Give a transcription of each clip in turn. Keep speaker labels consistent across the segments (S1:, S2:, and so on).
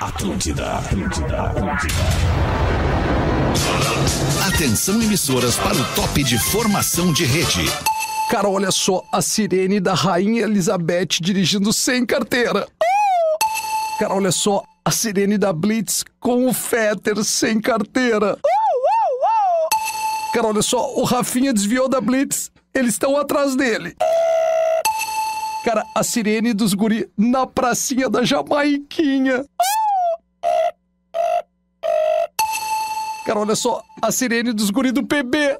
S1: Atlântida, Atlântida, Atlântida. Atenção emissoras para o top de formação de rede.
S2: Cara, olha só a sirene da Rainha Elizabeth dirigindo sem carteira. Cara, olha só a sirene da Blitz com o Fetter sem carteira. Cara, olha só, o Rafinha desviou da Blitz, eles estão atrás dele. Cara, a sirene dos guri na pracinha da Jamaiquinha. Cara, olha só, a sirene dos guri do PB.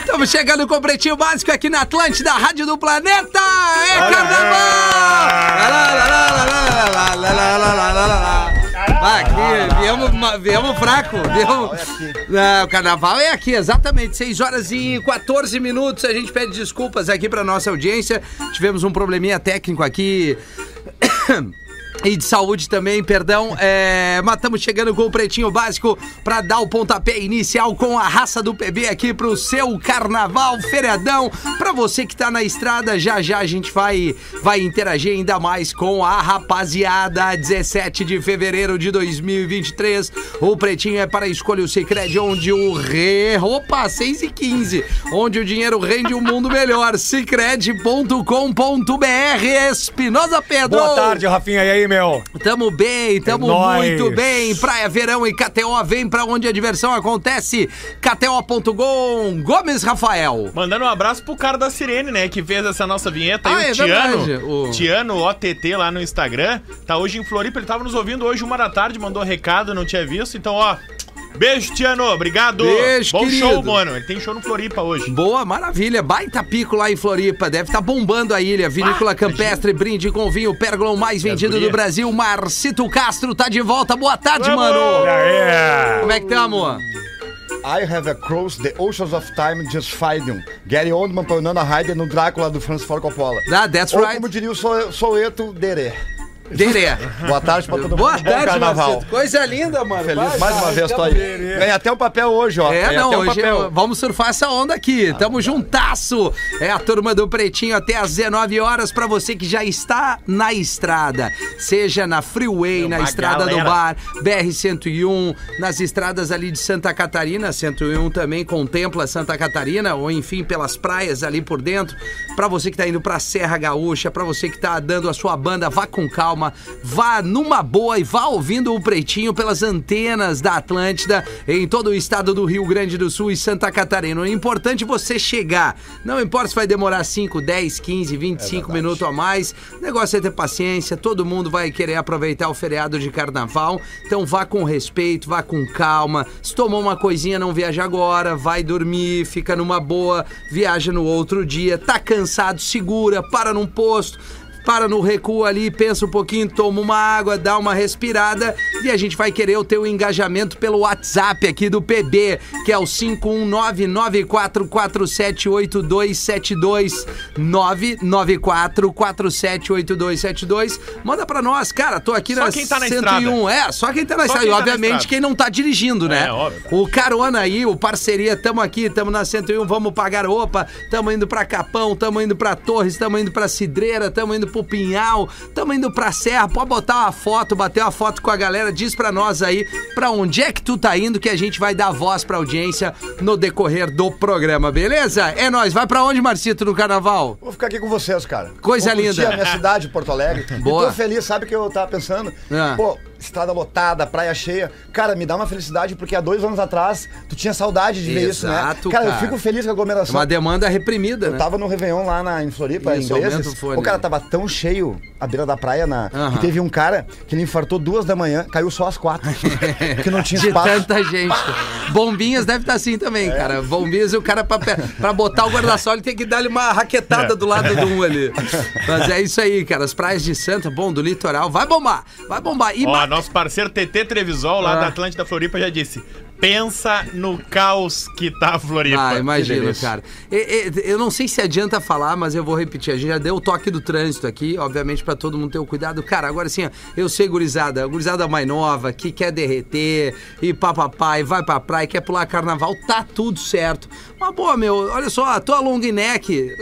S3: Estamos chegando com o Pretinho Básico aqui na Atlântida, Rádio do Planeta. É carnaval! Vai, aqui, viemos, ma- viemos fraco. Viemos... Ah, o carnaval é aqui, exatamente. 6 horas e 14 minutos. A gente pede desculpas aqui para nossa audiência. Tivemos um probleminha técnico aqui. E de saúde também, perdão. É, mas estamos chegando com o Pretinho Básico para dar o pontapé inicial com a raça do PB aqui pro seu carnaval, feriadão. Para você que tá na estrada, já já a gente vai, vai interagir ainda mais com a rapaziada. 17 de fevereiro de 2023, o Pretinho é para a escolha o Cicred, onde o re... Opa, 6 e 15, onde o dinheiro rende um mundo melhor. Cicred.com.br, Espinosa Pedro.
S4: Boa tarde, Rafinha. E aí, meu?
S3: Tamo bem, tamo
S4: É nóis.
S3: muito bem. Praia, verão e KTO, vem pra onde a diversão acontece. KTO.com, Gomes Rafael.
S5: Mandando um abraço pro cara da Sirene, né? Que fez essa nossa vinheta.
S3: Ah,
S5: aí,
S3: é
S5: o Tiano,
S3: verdade, o-
S5: Tiano OTT lá no Instagram. Tá hoje em Floripa. Ele tava nos ouvindo hoje, uma da tarde, mandou recado, não tinha visto. Então, ó. Beijo, Tiano. Obrigado.
S3: Beijo,
S5: Bom
S3: querido.
S5: show, mano. Ele tem show no Floripa hoje.
S3: Boa, maravilha. Baita pico lá em Floripa. Deve estar bombando a ilha. Vinícola Campestre, brinde com vinho, pérgola o mais vendido do
S5: guria.
S3: Brasil. Marcito Castro tá de volta. Boa tarde,
S5: Vamos!
S3: mano.
S4: Aê!
S3: Como é que tamo?
S6: I have crossed the oceans of time just fighting. Gary Oldman, Panana Ryder no Drácula do Francis Ford Coppola.
S3: Ah, that's
S6: Ou
S3: right.
S6: como diria o Soe- Soeto, Derê.
S3: Derê.
S6: Boa tarde pra todo mundo.
S3: Boa
S6: Bom
S3: tarde,
S6: carnaval.
S3: Marcito. Coisa linda, mano.
S6: Feliz
S3: Vai,
S6: mais uma
S3: vai,
S6: vez, tô
S3: tamo
S6: aí. Ganhei até um papel hoje, ó.
S3: É,
S6: Ganhei
S3: não,
S5: um
S6: até um
S3: hoje é- vamos surfar essa onda
S5: Ah,
S3: aqui. Tamo juntasso. É a turma do Pretinho até às 19 horas pra você que já está na estrada. Seja na freeway,
S5: Tem
S3: na
S5: uma
S3: estrada do
S5: galera.
S3: bar, BR 101, nas estradas ali de Santa Catarina, 101 também contempla Santa Catarina ou enfim pelas praias ali por dentro. Pra você que tá indo pra Serra Gaúcha, pra você que tá dando a sua banda, vá com calma, vá numa boa e vá ouvindo o Pretinho pelas antenas da Atlântida em todo o estado do Rio Grande do Sul e Santa Catarina. O importante é você chegar. Não importa se vai demorar 5, 10, 15, 25 minutos a mais. O negócio é ter paciência, todo mundo vai querer aproveitar o feriado de carnaval. Então vá com respeito, vá com calma. Se tomou uma coisinha, não viaja agora, vai dormir, fica numa boa, viaja no outro dia. Tá cansado, segura, para num posto para no recuo ali, pensa um pouquinho, toma uma água, dá uma respirada e a gente vai querer o teu engajamento pelo WhatsApp aqui do PB, que é o 51994478272 994478272. Manda pra nós, cara, tô aqui
S5: Só
S3: na
S5: quem tá na
S3: 101. É, só quem tá na
S5: Só
S3: estrada,
S5: quem
S3: e
S5: tá na
S3: obviamente
S5: estrada.
S3: quem não tá dirigindo, né?
S5: É, óbvio.
S3: O carona aí, o parceria, tamo aqui, tamo na 101, vamos pagar opa, tamo indo pra Capão, tamo indo pra Torres, tamo indo pra Cidreira, tamo indo pro Pinhal, tamo indo pra Serra, pode botar uma foto, bater uma foto com a galera, diz pra nós aí pra onde é que tu tá indo que a gente vai dar voz pra audiência no decorrer do programa, beleza? É nóis, vai pra onde, Marcito, no carnaval?
S6: Vou ficar aqui com vocês, cara.
S3: Coisa
S6: Vou curtir
S3: linda.
S6: a minha cidade, Porto Alegre.
S3: Boa.
S6: E tô feliz, sabe o que eu tava pensando?
S3: Ah.
S6: Pô, estrada lotada, praia cheia. Cara, me dá uma felicidade, porque há dois anos atrás tu tinha saudade de ver isso, né?
S3: Exato,
S6: cara,
S3: cara.
S6: eu fico feliz com a aglomeração.
S3: É Uma demanda reprimida, né?
S6: Eu tava no Réveillon lá na, em Floripa,
S3: Ih,
S6: em
S3: aumenta o
S6: vezes.
S3: fone.
S6: O cara tava tão cheio à beira da praia na,
S3: Aham.
S6: que teve um cara que ele infartou duas da manhã, caiu só às quatro. porque não tinha
S3: De
S6: espaço.
S3: tanta gente. Bombinhas deve estar assim também, cara. Bombinhas, o cara, pra, pra botar o guarda-sol, ele tem que dar-lhe uma raquetada do lado do um ali. Mas é isso aí, cara. As praias de Santa, bom, do litoral. Vai bombar, vai bombar. E
S5: Ó,
S3: ma-
S5: nosso parceiro TT Trevisol lá
S3: Ah.
S5: da Atlântida Floripa já disse: Pensa no caos que tá a Floripa.
S3: Ah, imagino,
S5: delícia.
S3: cara. E- e- Eu não sei se adianta falar, mas eu vou repetir. A gente já deu o toque do trânsito aqui, obviamente, pra todo mundo ter o cuidado. Cara, agora sim, ó, eu sei, gurizada, gurizada mais nova, que quer derreter, e papapá, e vai pra praia, quer pular carnaval, tá tudo certo. Mas, boa, meu, olha só, a tua long neck, le-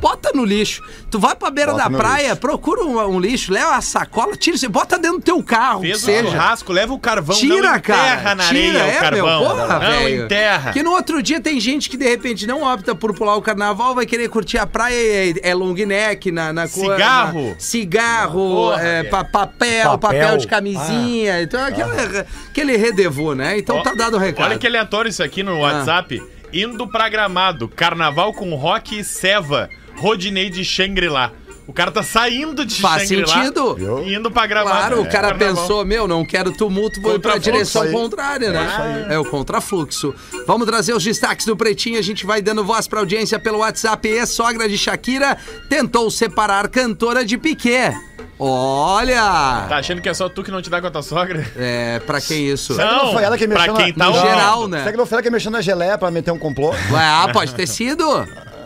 S3: bota no lixo. Tu vai pra beira
S6: Bota
S3: da
S6: no
S3: praia,
S6: lixo.
S3: procura um, um lixo, leva a sacola, tira, isso, bota dentro do teu carro, que
S5: Fez um
S3: seja.
S5: churrasco, leva o carvão,
S3: Tira,
S5: não enterra
S3: cara.
S5: na
S3: tira, É,
S5: areia o
S3: Meu,
S5: carvão.
S3: porra,
S5: não
S3: velho.
S5: enterra.
S3: Que no outro dia tem gente que de repente não opta por pular o carnaval, vai querer curtir a praia e é, é long neck na, na cor-
S5: Cigarro.
S3: na- cigarro,
S5: Porra,
S3: é,
S5: velho.
S3: pa- papel, papel,
S4: Papel.
S3: de camisinha. Então é aquele, aquele redevô, né? Então
S5: Ó,
S3: tá dado o recado.
S5: Olha que aleatório isso aqui
S3: Ah.
S5: no WhatsApp. Indo pra Gramado, carnaval com rock e ceva, Rodinei de Shangri-La. O cara tá saindo de
S3: Faz
S5: Shangri-La
S3: sentido.
S5: e indo pra Gramado.
S3: Claro, o
S5: É,
S3: cara
S5: carnaval.
S3: pensou, meu, não quero tumulto, vou pra
S5: Contrafluxo
S3: direção
S6: aí.
S3: contrária, né? É o contrafluxo. Vamos trazer os destaques do Pretinho, a gente vai dando voz pra audiência pelo WhatsApp. Ex-sogra de Shakira tentou separar cantora de Piquet. Olha!
S5: Tá achando que é só tu que não te dá com a tua sogra?
S3: É, pra quem isso?
S5: Não.
S6: Será que não foi ela que
S5: pra
S6: mexeu na...
S5: quem tá
S6: no-
S5: ouvindo.
S3: Geral, né?
S6: Será que não foi ela que mexeu na geleia pra meter um complô?
S3: Ué, ah, pode ter sido.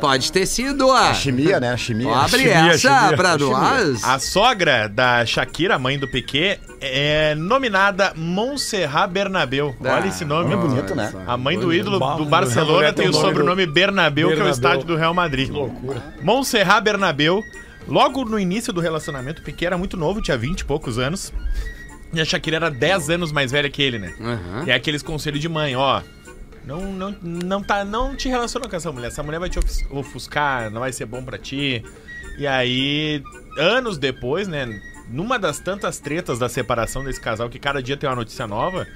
S3: Pode ter sido. ó.
S6: Chimia, né? Chimia.
S3: Abre
S4: Chimia,
S3: essa
S4: chimia,
S3: pra
S6: chimia.
S3: nós.
S5: A sogra da Shakira, mãe do Piquet, é nominada Montserrat Bernabeu. Olha esse nome.
S6: É bonito, né?
S5: A mãe do ídolo
S4: Bom,
S5: do Barcelona
S4: mulher
S5: tem o
S4: tem o nome
S5: sobrenome Bernabeu, que é o
S4: Bernabéu.
S5: estádio do Real Madrid. Que loucura. Montserrat Bernabeu, logo no início do relacionamento, o Piquet era muito novo, tinha 20 e poucos anos. E a Shakira era 10 anos mais velha que ele, né?
S3: Aham.
S5: É aqueles conselhos de mãe, ó. Não, não, não, tá, não te relaciona com essa mulher. Essa mulher vai te ofus- ofuscar, não vai ser bom pra ti. E aí, anos depois, né? Numa das tantas tretas da separação desse casal, que cada dia tem uma notícia nova,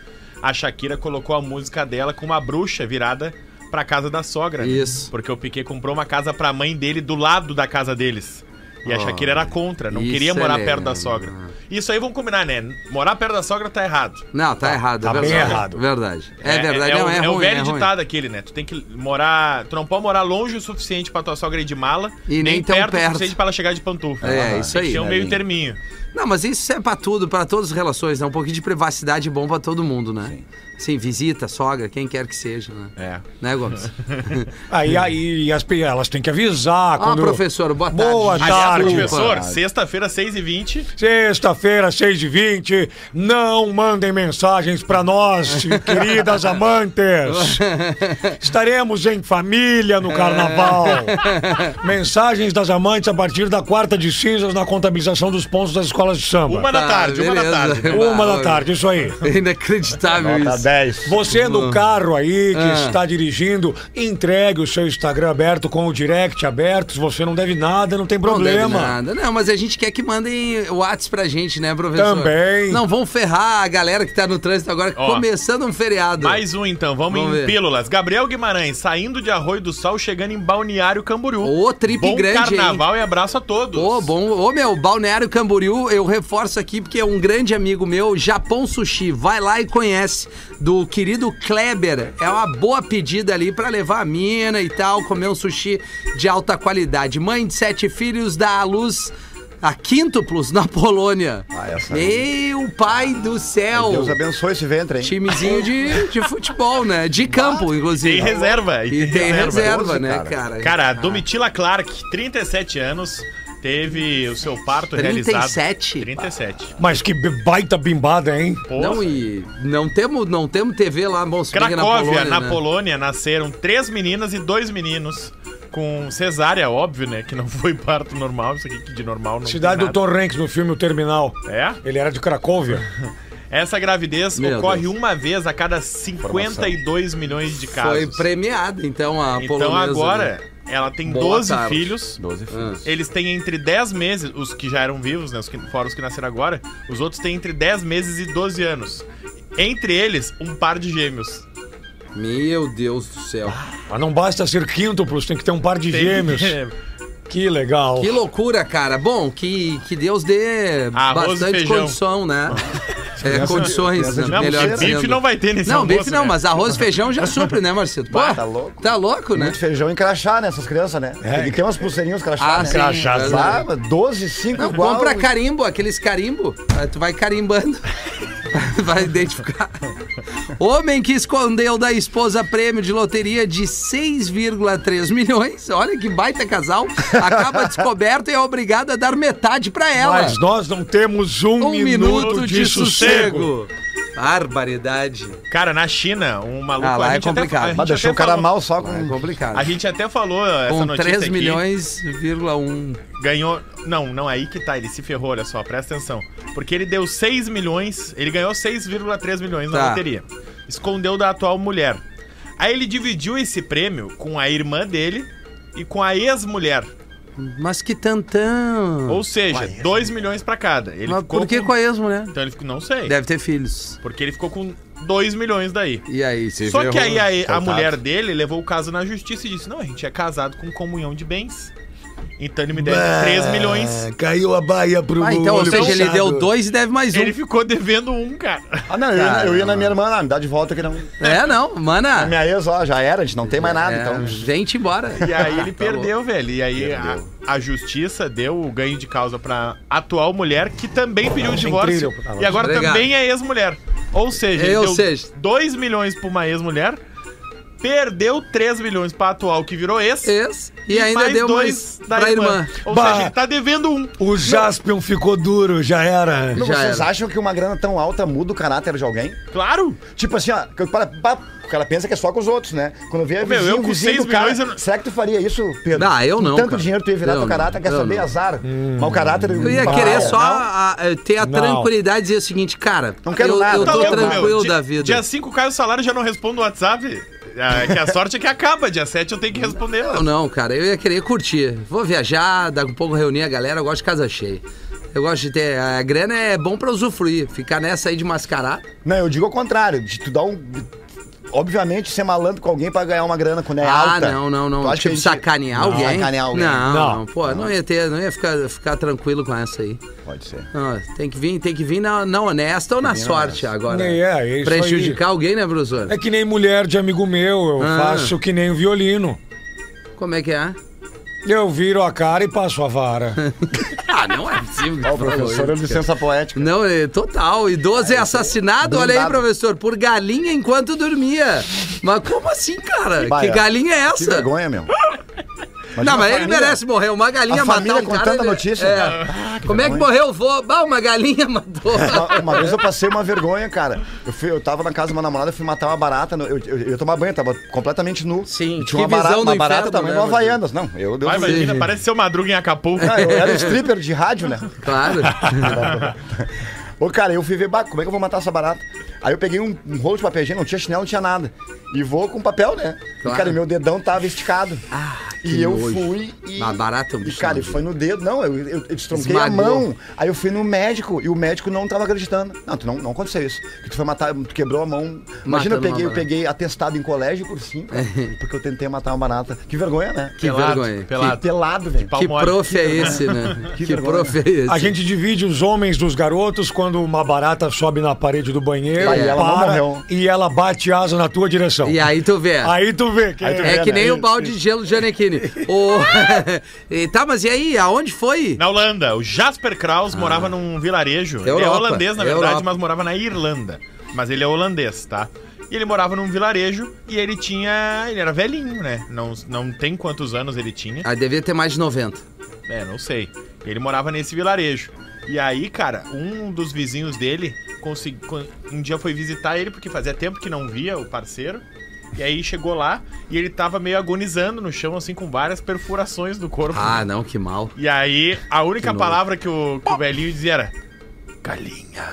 S5: a Shakira colocou a música dela com uma bruxa virada pra casa da sogra. né?
S3: Isso.
S5: Porque o Piquet comprou uma casa pra mãe dele do lado da casa deles. E a Shakira era contra, não
S3: isso
S5: queria
S3: é
S5: morar
S3: legal.
S5: perto da sogra. Isso aí vamos combinar, né? Morar perto da sogra tá errado.
S3: Não, tá errado.
S4: tá
S3: é
S4: bem
S3: verdade.
S4: errado.
S3: Verdade. É, verdade,
S5: é,
S3: não,
S5: o,
S3: é,
S5: é o
S3: ruim,
S5: velho
S3: é ruim.
S5: ditado aquele, né? Tu tem que morar. Tu não pode morar longe o suficiente pra tua sogra ir de mala.
S3: E nem tão
S5: o
S3: perto.
S5: suficiente pra ela chegar de pantufa.
S3: É, isso
S5: Tem
S3: aí,
S5: que ser um
S3: né,
S5: meio
S6: Lin?
S5: terminho.
S3: Não, mas isso é pra tudo, pra todas as relações, né? Um pouquinho de privacidade é bom pra todo mundo, né? Sim. visita, sogra, quem quer que seja, né?
S5: É.
S3: Né, Gomes?
S4: Aí, aí as, pe- elas têm que avisar.
S3: Ó,
S4: quando...
S3: professor, boa tarde.
S4: Boa
S3: Aliás,
S4: tarde.
S3: Desculpa.
S5: Professor, sexta-feira, 6h20.
S4: Sexta-feira, 6h20. Não mandem mensagens pra nós, queridas amantes. Estaremos em família no carnaval. Mensagens das amantes a partir da quarta de cinzas na contabilização dos pontos das escolas de
S5: Uma
S4: samba.
S5: da tarde, uma da
S3: beleza.
S5: tarde. né?
S4: Uma da tarde, isso aí.
S3: Inacreditável
S6: Nota
S3: isso.
S6: 10.
S4: Você no carro aí que
S3: Ah.
S4: está dirigindo, entregue o seu Instagram aberto com o direct aberto. Se você não deve nada, não tem
S3: Não deve
S5: né?
S4: problema.
S3: nada. Não, mas a gente quer que mandem Whats pra gente, né, professor?
S4: Também.
S3: Não, vão ferrar a galera que tá no trânsito agora,
S5: Ó.
S3: começando um feriado.
S5: Mais um então, vamos,
S3: Vamos
S5: em
S3: ver.
S5: pílulas. Gabriel Guimarães, saindo de Arroio do Sol, chegando em Balneário Camboriú.
S3: Ô, trip
S5: Bom
S3: grande, hein?
S5: carnaval e abraço a todos.
S3: Ô, bom. Ô, meu, Balneário Camboriú, eu reforço aqui porque é um grande amigo meu, Japão Sushi. Vai lá e conhece, do querido Kleber. É uma boa pedida ali pra levar a mina e tal, comer um sushi de alta qualidade. Mãe de sete filhos, dá à luz a quíntuplos na Polônia.
S6: Ah, essa-
S3: meu pai do céu.
S6: Deus abençoe esse ventre, hein?
S3: Timezinho de, de futebol, né? De campo, inclusive.
S5: Tem reserva.
S3: E tem reserva,
S6: Doze,
S3: né,
S6: cara.
S3: cara?
S5: Cara, a Domitila Clark, 37 anos, teve o seu parto
S3: 37?
S5: realizado. 37?
S4: Mas que baita bimbada, hein?
S3: Não,
S5: Porra.
S3: e não temos, não temos TV lá, bom, se bem que
S5: Cracóvia, na
S3: né?
S5: Polônia, nasceram três meninas e dois meninos. Com cesárea, óbvio, né? Que não foi parto normal. Isso aqui que de normal não
S4: Cidade
S5: tem
S4: do Tom Hanks no filme O Terminal.
S5: nada. É?
S4: Ele era de Cracóvia.
S5: Essa gravidez
S3: Meu
S5: ocorre
S3: Deus.
S5: uma vez a cada 52 milhões de casos.
S3: Foi premiada, então, a
S5: Então
S3: polonesa.
S5: agora, ela tem
S3: Boa
S5: 12
S3: tarde.
S5: filhos.
S6: 12
S3: Ah,
S6: filhos.
S5: Eles têm entre 10 meses, os que já eram vivos, né? Os que, fora os que nasceram agora. Os outros têm entre 10 meses e 12 anos. Entre eles, um par de gêmeos.
S3: né? Meu Deus do céu.
S5: Ah,
S4: Mas não basta ser quíntuplos, tem que ter um par de
S5: Tem-
S4: gêmeos. Que legal.
S3: Que loucura, cara. Bom, que, que Deus dê
S5: Arroz e
S3: bastante
S5: feijão.
S3: condição, né? É, condições,
S6: criança de
S3: né? melhor
S5: Não, bife
S3: dizendo.
S5: não vai ter nesse
S3: Não, bife
S5: almoço,
S3: não,
S5: né?
S3: mas arroz e feijão já supre, né, Marcito? Pô,
S6: Bah, tá louco.
S3: Tá louco, né?
S6: Muito feijão e crachá, né? Essas crianças, né? Tem que ter umas pulseirinhas crachá,
S3: Ah,
S6: né?
S3: sim, Crachá, sim.
S6: Ah, mas 12, 5
S3: Não,
S6: igual. Ah,
S3: compra carimbo, aqueles carimbo. Aí tu vai Ah, carimbando. Vai identificar. Homem que escondeu da esposa prêmio de loteria de 6,3 milhões. Olha que baita casal. Acaba descoberto e é obrigado a dar metade pra ela.
S4: Mas nós não temos um, minuto, de, sossego.
S3: Barbaridade.
S5: Cara, na China, um maluco.
S3: Ah, lá é
S5: até-
S3: complicado.
S5: a gente
S6: Mas deixou o
S5: até
S6: cara
S5: falou-
S6: mal só com.
S3: É complicado.
S5: Hum. A gente até falou essa
S3: Com
S5: notícia
S3: 3
S5: aqui.
S3: milhões, vírgula 1.
S5: Ganhou. Não, não, aí que tá, ele se ferrou, olha só, presta atenção. Porque ele deu 6 milhões, ele ganhou 6,3 milhões na
S3: Tá.
S5: loteria. Escondeu da atual mulher. Aí ele dividiu esse prêmio com a irmã dele e com a ex-mulher.
S3: Mas que tantão.
S5: Ou seja, 2 milhões pra cada. Ele
S3: Mas
S5: ficou
S3: por que
S5: com...
S3: com a ex-mulher?
S5: Então ele ficou, não sei.
S3: Deve ter filhos.
S5: Porque ele ficou com 2 milhões daí.
S3: E aí, se
S5: Só que
S3: ferrou.
S5: aí a- a,
S6: soltado.
S5: mulher dele levou o caso na justiça e disse: Não, a gente é casado com comunhão de bens. Então ele me deve 3 milhões.
S4: É, Caiu a baia pro
S3: Ah, então, ou seja, ele deu dois e deve mais um.
S5: Ele ficou devendo um, cara.
S6: Ah, não, eu, ia- eu ia na minha irmã, ah, me dá de volta que não.
S3: É, não, mana.
S6: Minha ex, ó, já era, a gente não tem mais nada,
S3: É,
S6: então.
S3: Gente, embora.
S5: E aí ele
S3: Tá louco.
S5: perdeu, velho. E aí a, a justiça deu o ganho de causa pra atual mulher, que também pediu o divórcio.
S4: incrível. Ah,
S5: E agora
S3: Tá obrigado.
S5: também é ex-mulher. Ou seja,
S3: Ou
S5: ele
S3: seja.
S5: 2 milhões pra uma ex-mulher, perdeu 3 milhões pra atual que virou ex.
S3: Esse, e, ainda deu mais
S5: da
S3: pra irmã.
S5: Ou
S4: Bah.
S5: seja, ele tá devendo um.
S4: O Jaspion ficou duro, já era.
S6: Não,
S3: Já
S6: vocês
S3: era.
S6: acham que uma grana tão alta muda o caráter de alguém?
S5: Claro!
S6: Tipo assim, ó, que eu- para, pá, o cara pensa que é só com os outros, né? Quando vê a
S5: Meu,
S6: vizinho,
S5: eu com
S6: vizinho
S5: seis
S6: do cara,
S5: milhões, eu não-
S6: será que tu faria isso, Pedro?
S3: Ah, eu
S6: Com
S3: não,
S6: Tanto
S3: cara.
S6: dinheiro tu ia virar
S3: Eu
S6: teu caráter,
S3: não,
S6: quer
S3: eu
S6: saber,
S3: não.
S6: azar.
S5: Hum.
S6: Mas o caráter...
S3: Eu ia
S6: Ah,
S3: querer só
S6: não.
S3: a- a- ter a
S4: Não.
S3: tranquilidade e dizer o seguinte, cara,
S6: Não quero
S3: eu,
S6: nada.
S3: eu
S6: Tá
S3: tô
S6: louco, meu.
S3: tranquilo
S5: Di-
S3: da vida.
S5: Dia 5 cai o salário e já não respondo o WhatsApp. Ah, que a sorte é que acaba. Dia 7 eu tenho que responder.
S3: Não, não, cara, eu ia querer curtir. Vou viajar, daqui um pouco reunir a galera, eu gosto de casa cheia. Eu gosto de ter. A grana é bom pra usufruir. Ficar nessa aí de mascarar.
S6: Não, eu digo ao contrário, de tu dar um... Obviamente, ser malandro com alguém pra ganhar uma grana quando é
S3: ah,
S6: alta.
S3: não, não,
S6: Tu
S3: não.
S6: acha que
S3: Tipo,
S6: a gente-
S3: sacanear
S6: Não,
S3: alguém.
S6: Sacanear alguém.
S3: Não,
S4: Não.
S3: não, pô, não, ia ter, não ia ficar, ficar tranquilo com essa aí.
S6: Pode ser.
S3: Não, tem que vir, tem que vir na, na honesta ou na sorte agora.
S4: É, é isso aí.
S3: Prejudicar alguém, né, professor?
S4: É que nem mulher de amigo meu, eu
S3: Ah.
S4: faço que nem o violino.
S3: Como é que é?
S4: Eu viro a cara e passo a vara.
S3: Ah, não é possível.
S6: Ó, o professor é licença poética.
S3: Não, é total. Idoso
S6: Ah,
S3: é assassinado, olha aí,
S6: blindado.
S3: professor, por galinha enquanto dormia. Mas como assim, cara?
S6: Bah,
S3: que
S6: é.
S3: galinha é
S6: Que
S3: essa?
S6: vergonha, meu.
S3: Não, mas ele merece morrer. Uma galinha
S6: A
S3: matar
S6: família
S3: um
S6: com
S3: cara.
S6: tanta
S3: ele-
S6: notícia.
S3: É.
S6: Ah, que
S3: como é que
S6: vergonha.
S3: morreu o vô? Bah, uma galinha matou.
S6: Uma, uma vez eu passei uma vergonha, cara. Eu, fui, eu tava na casa de uma namorada, fui matar uma barata. no- Eu, eu, eu ia tomar banho, tava completamente nu.
S3: Sim,
S6: E tinha uma
S3: que visão
S6: barata,
S3: do
S6: uma barata
S3: inferno,
S6: também
S3: né,
S6: no Havaianas. Não, eu Deus
S5: Vai,
S6: me livre.
S5: imagina, parece seu madruga em Acapulco.
S6: Ah, eu era um stripper de rádio, né?
S3: Claro.
S6: Ô, cara, eu fui ver, bah, como é que eu vou matar essa barata? Aí eu peguei um, um rolo de papel higiênico, não tinha chinelo, não tinha nada. E vou com papel, né?
S3: Claro.
S6: E, cara, meu dedão tava esticado.
S3: Ah, que
S6: E eu
S3: nojo.
S6: fui e.
S3: Mas barata é um
S6: E,
S3: bicho
S6: cara, e
S3: nojento.
S6: foi no dedo. Não, eu, eu, eu destronquei a
S3: Esmagou.
S6: mão. Aí eu fui no médico e o médico não tava acreditando. Não, tu não, não aconteceu isso. Que tu foi matar, tu quebrou a mão.
S3: Matando
S6: Imagina, eu peguei,
S3: uma
S6: eu
S3: barata.
S6: peguei atestado em colégio por cima, porque eu tentei matar uma barata. Que vergonha, né?
S3: Que
S5: Pelado,
S3: vergonha.
S5: pelado.
S6: Pelado, velho.
S5: pau
S3: Que
S5: mole.
S3: prof é esse, né? Que,
S6: Que
S3: prof é esse?
S4: A gente divide os homens dos garotos quando uma barata sobe na parede do banheiro,
S3: Aí
S6: ela não
S4: para
S6: morreu.
S4: e ela bate asa na tua direção.
S3: E aí tu vê.
S4: Aí tu vê que
S6: Aí tu
S3: É
S6: vê,
S4: é
S3: que
S6: né?
S3: nem o
S6: Isso,
S3: balde de gelo de Janequine. O... E tá, mas e aí? Aonde foi?
S5: Na Holanda, o Jasper Kraus morava num vilarejo. Ele é
S3: Ah. Europa,
S5: holandês, na
S3: é
S5: verdade,
S3: Europa.
S5: mas morava na Irlanda. Mas ele é holandês, tá? E ele morava num vilarejo e ele tinha. Ele era velhinho, né? Não, não tem quantos anos ele tinha.
S3: Ah, devia ter mais de 90.
S5: É, não sei. Ele morava nesse vilarejo. E aí, cara, um dos vizinhos dele consegui- con- um dia foi visitar ele porque fazia tempo que não via o parceiro. E aí chegou lá e ele tava meio agonizando no chão, assim, com várias perfurações no corpo.
S3: Ah, não, que mal.
S5: E aí, a
S3: Que
S5: única
S3: nojo.
S5: palavra que o, que o velhinho dizia era galinha.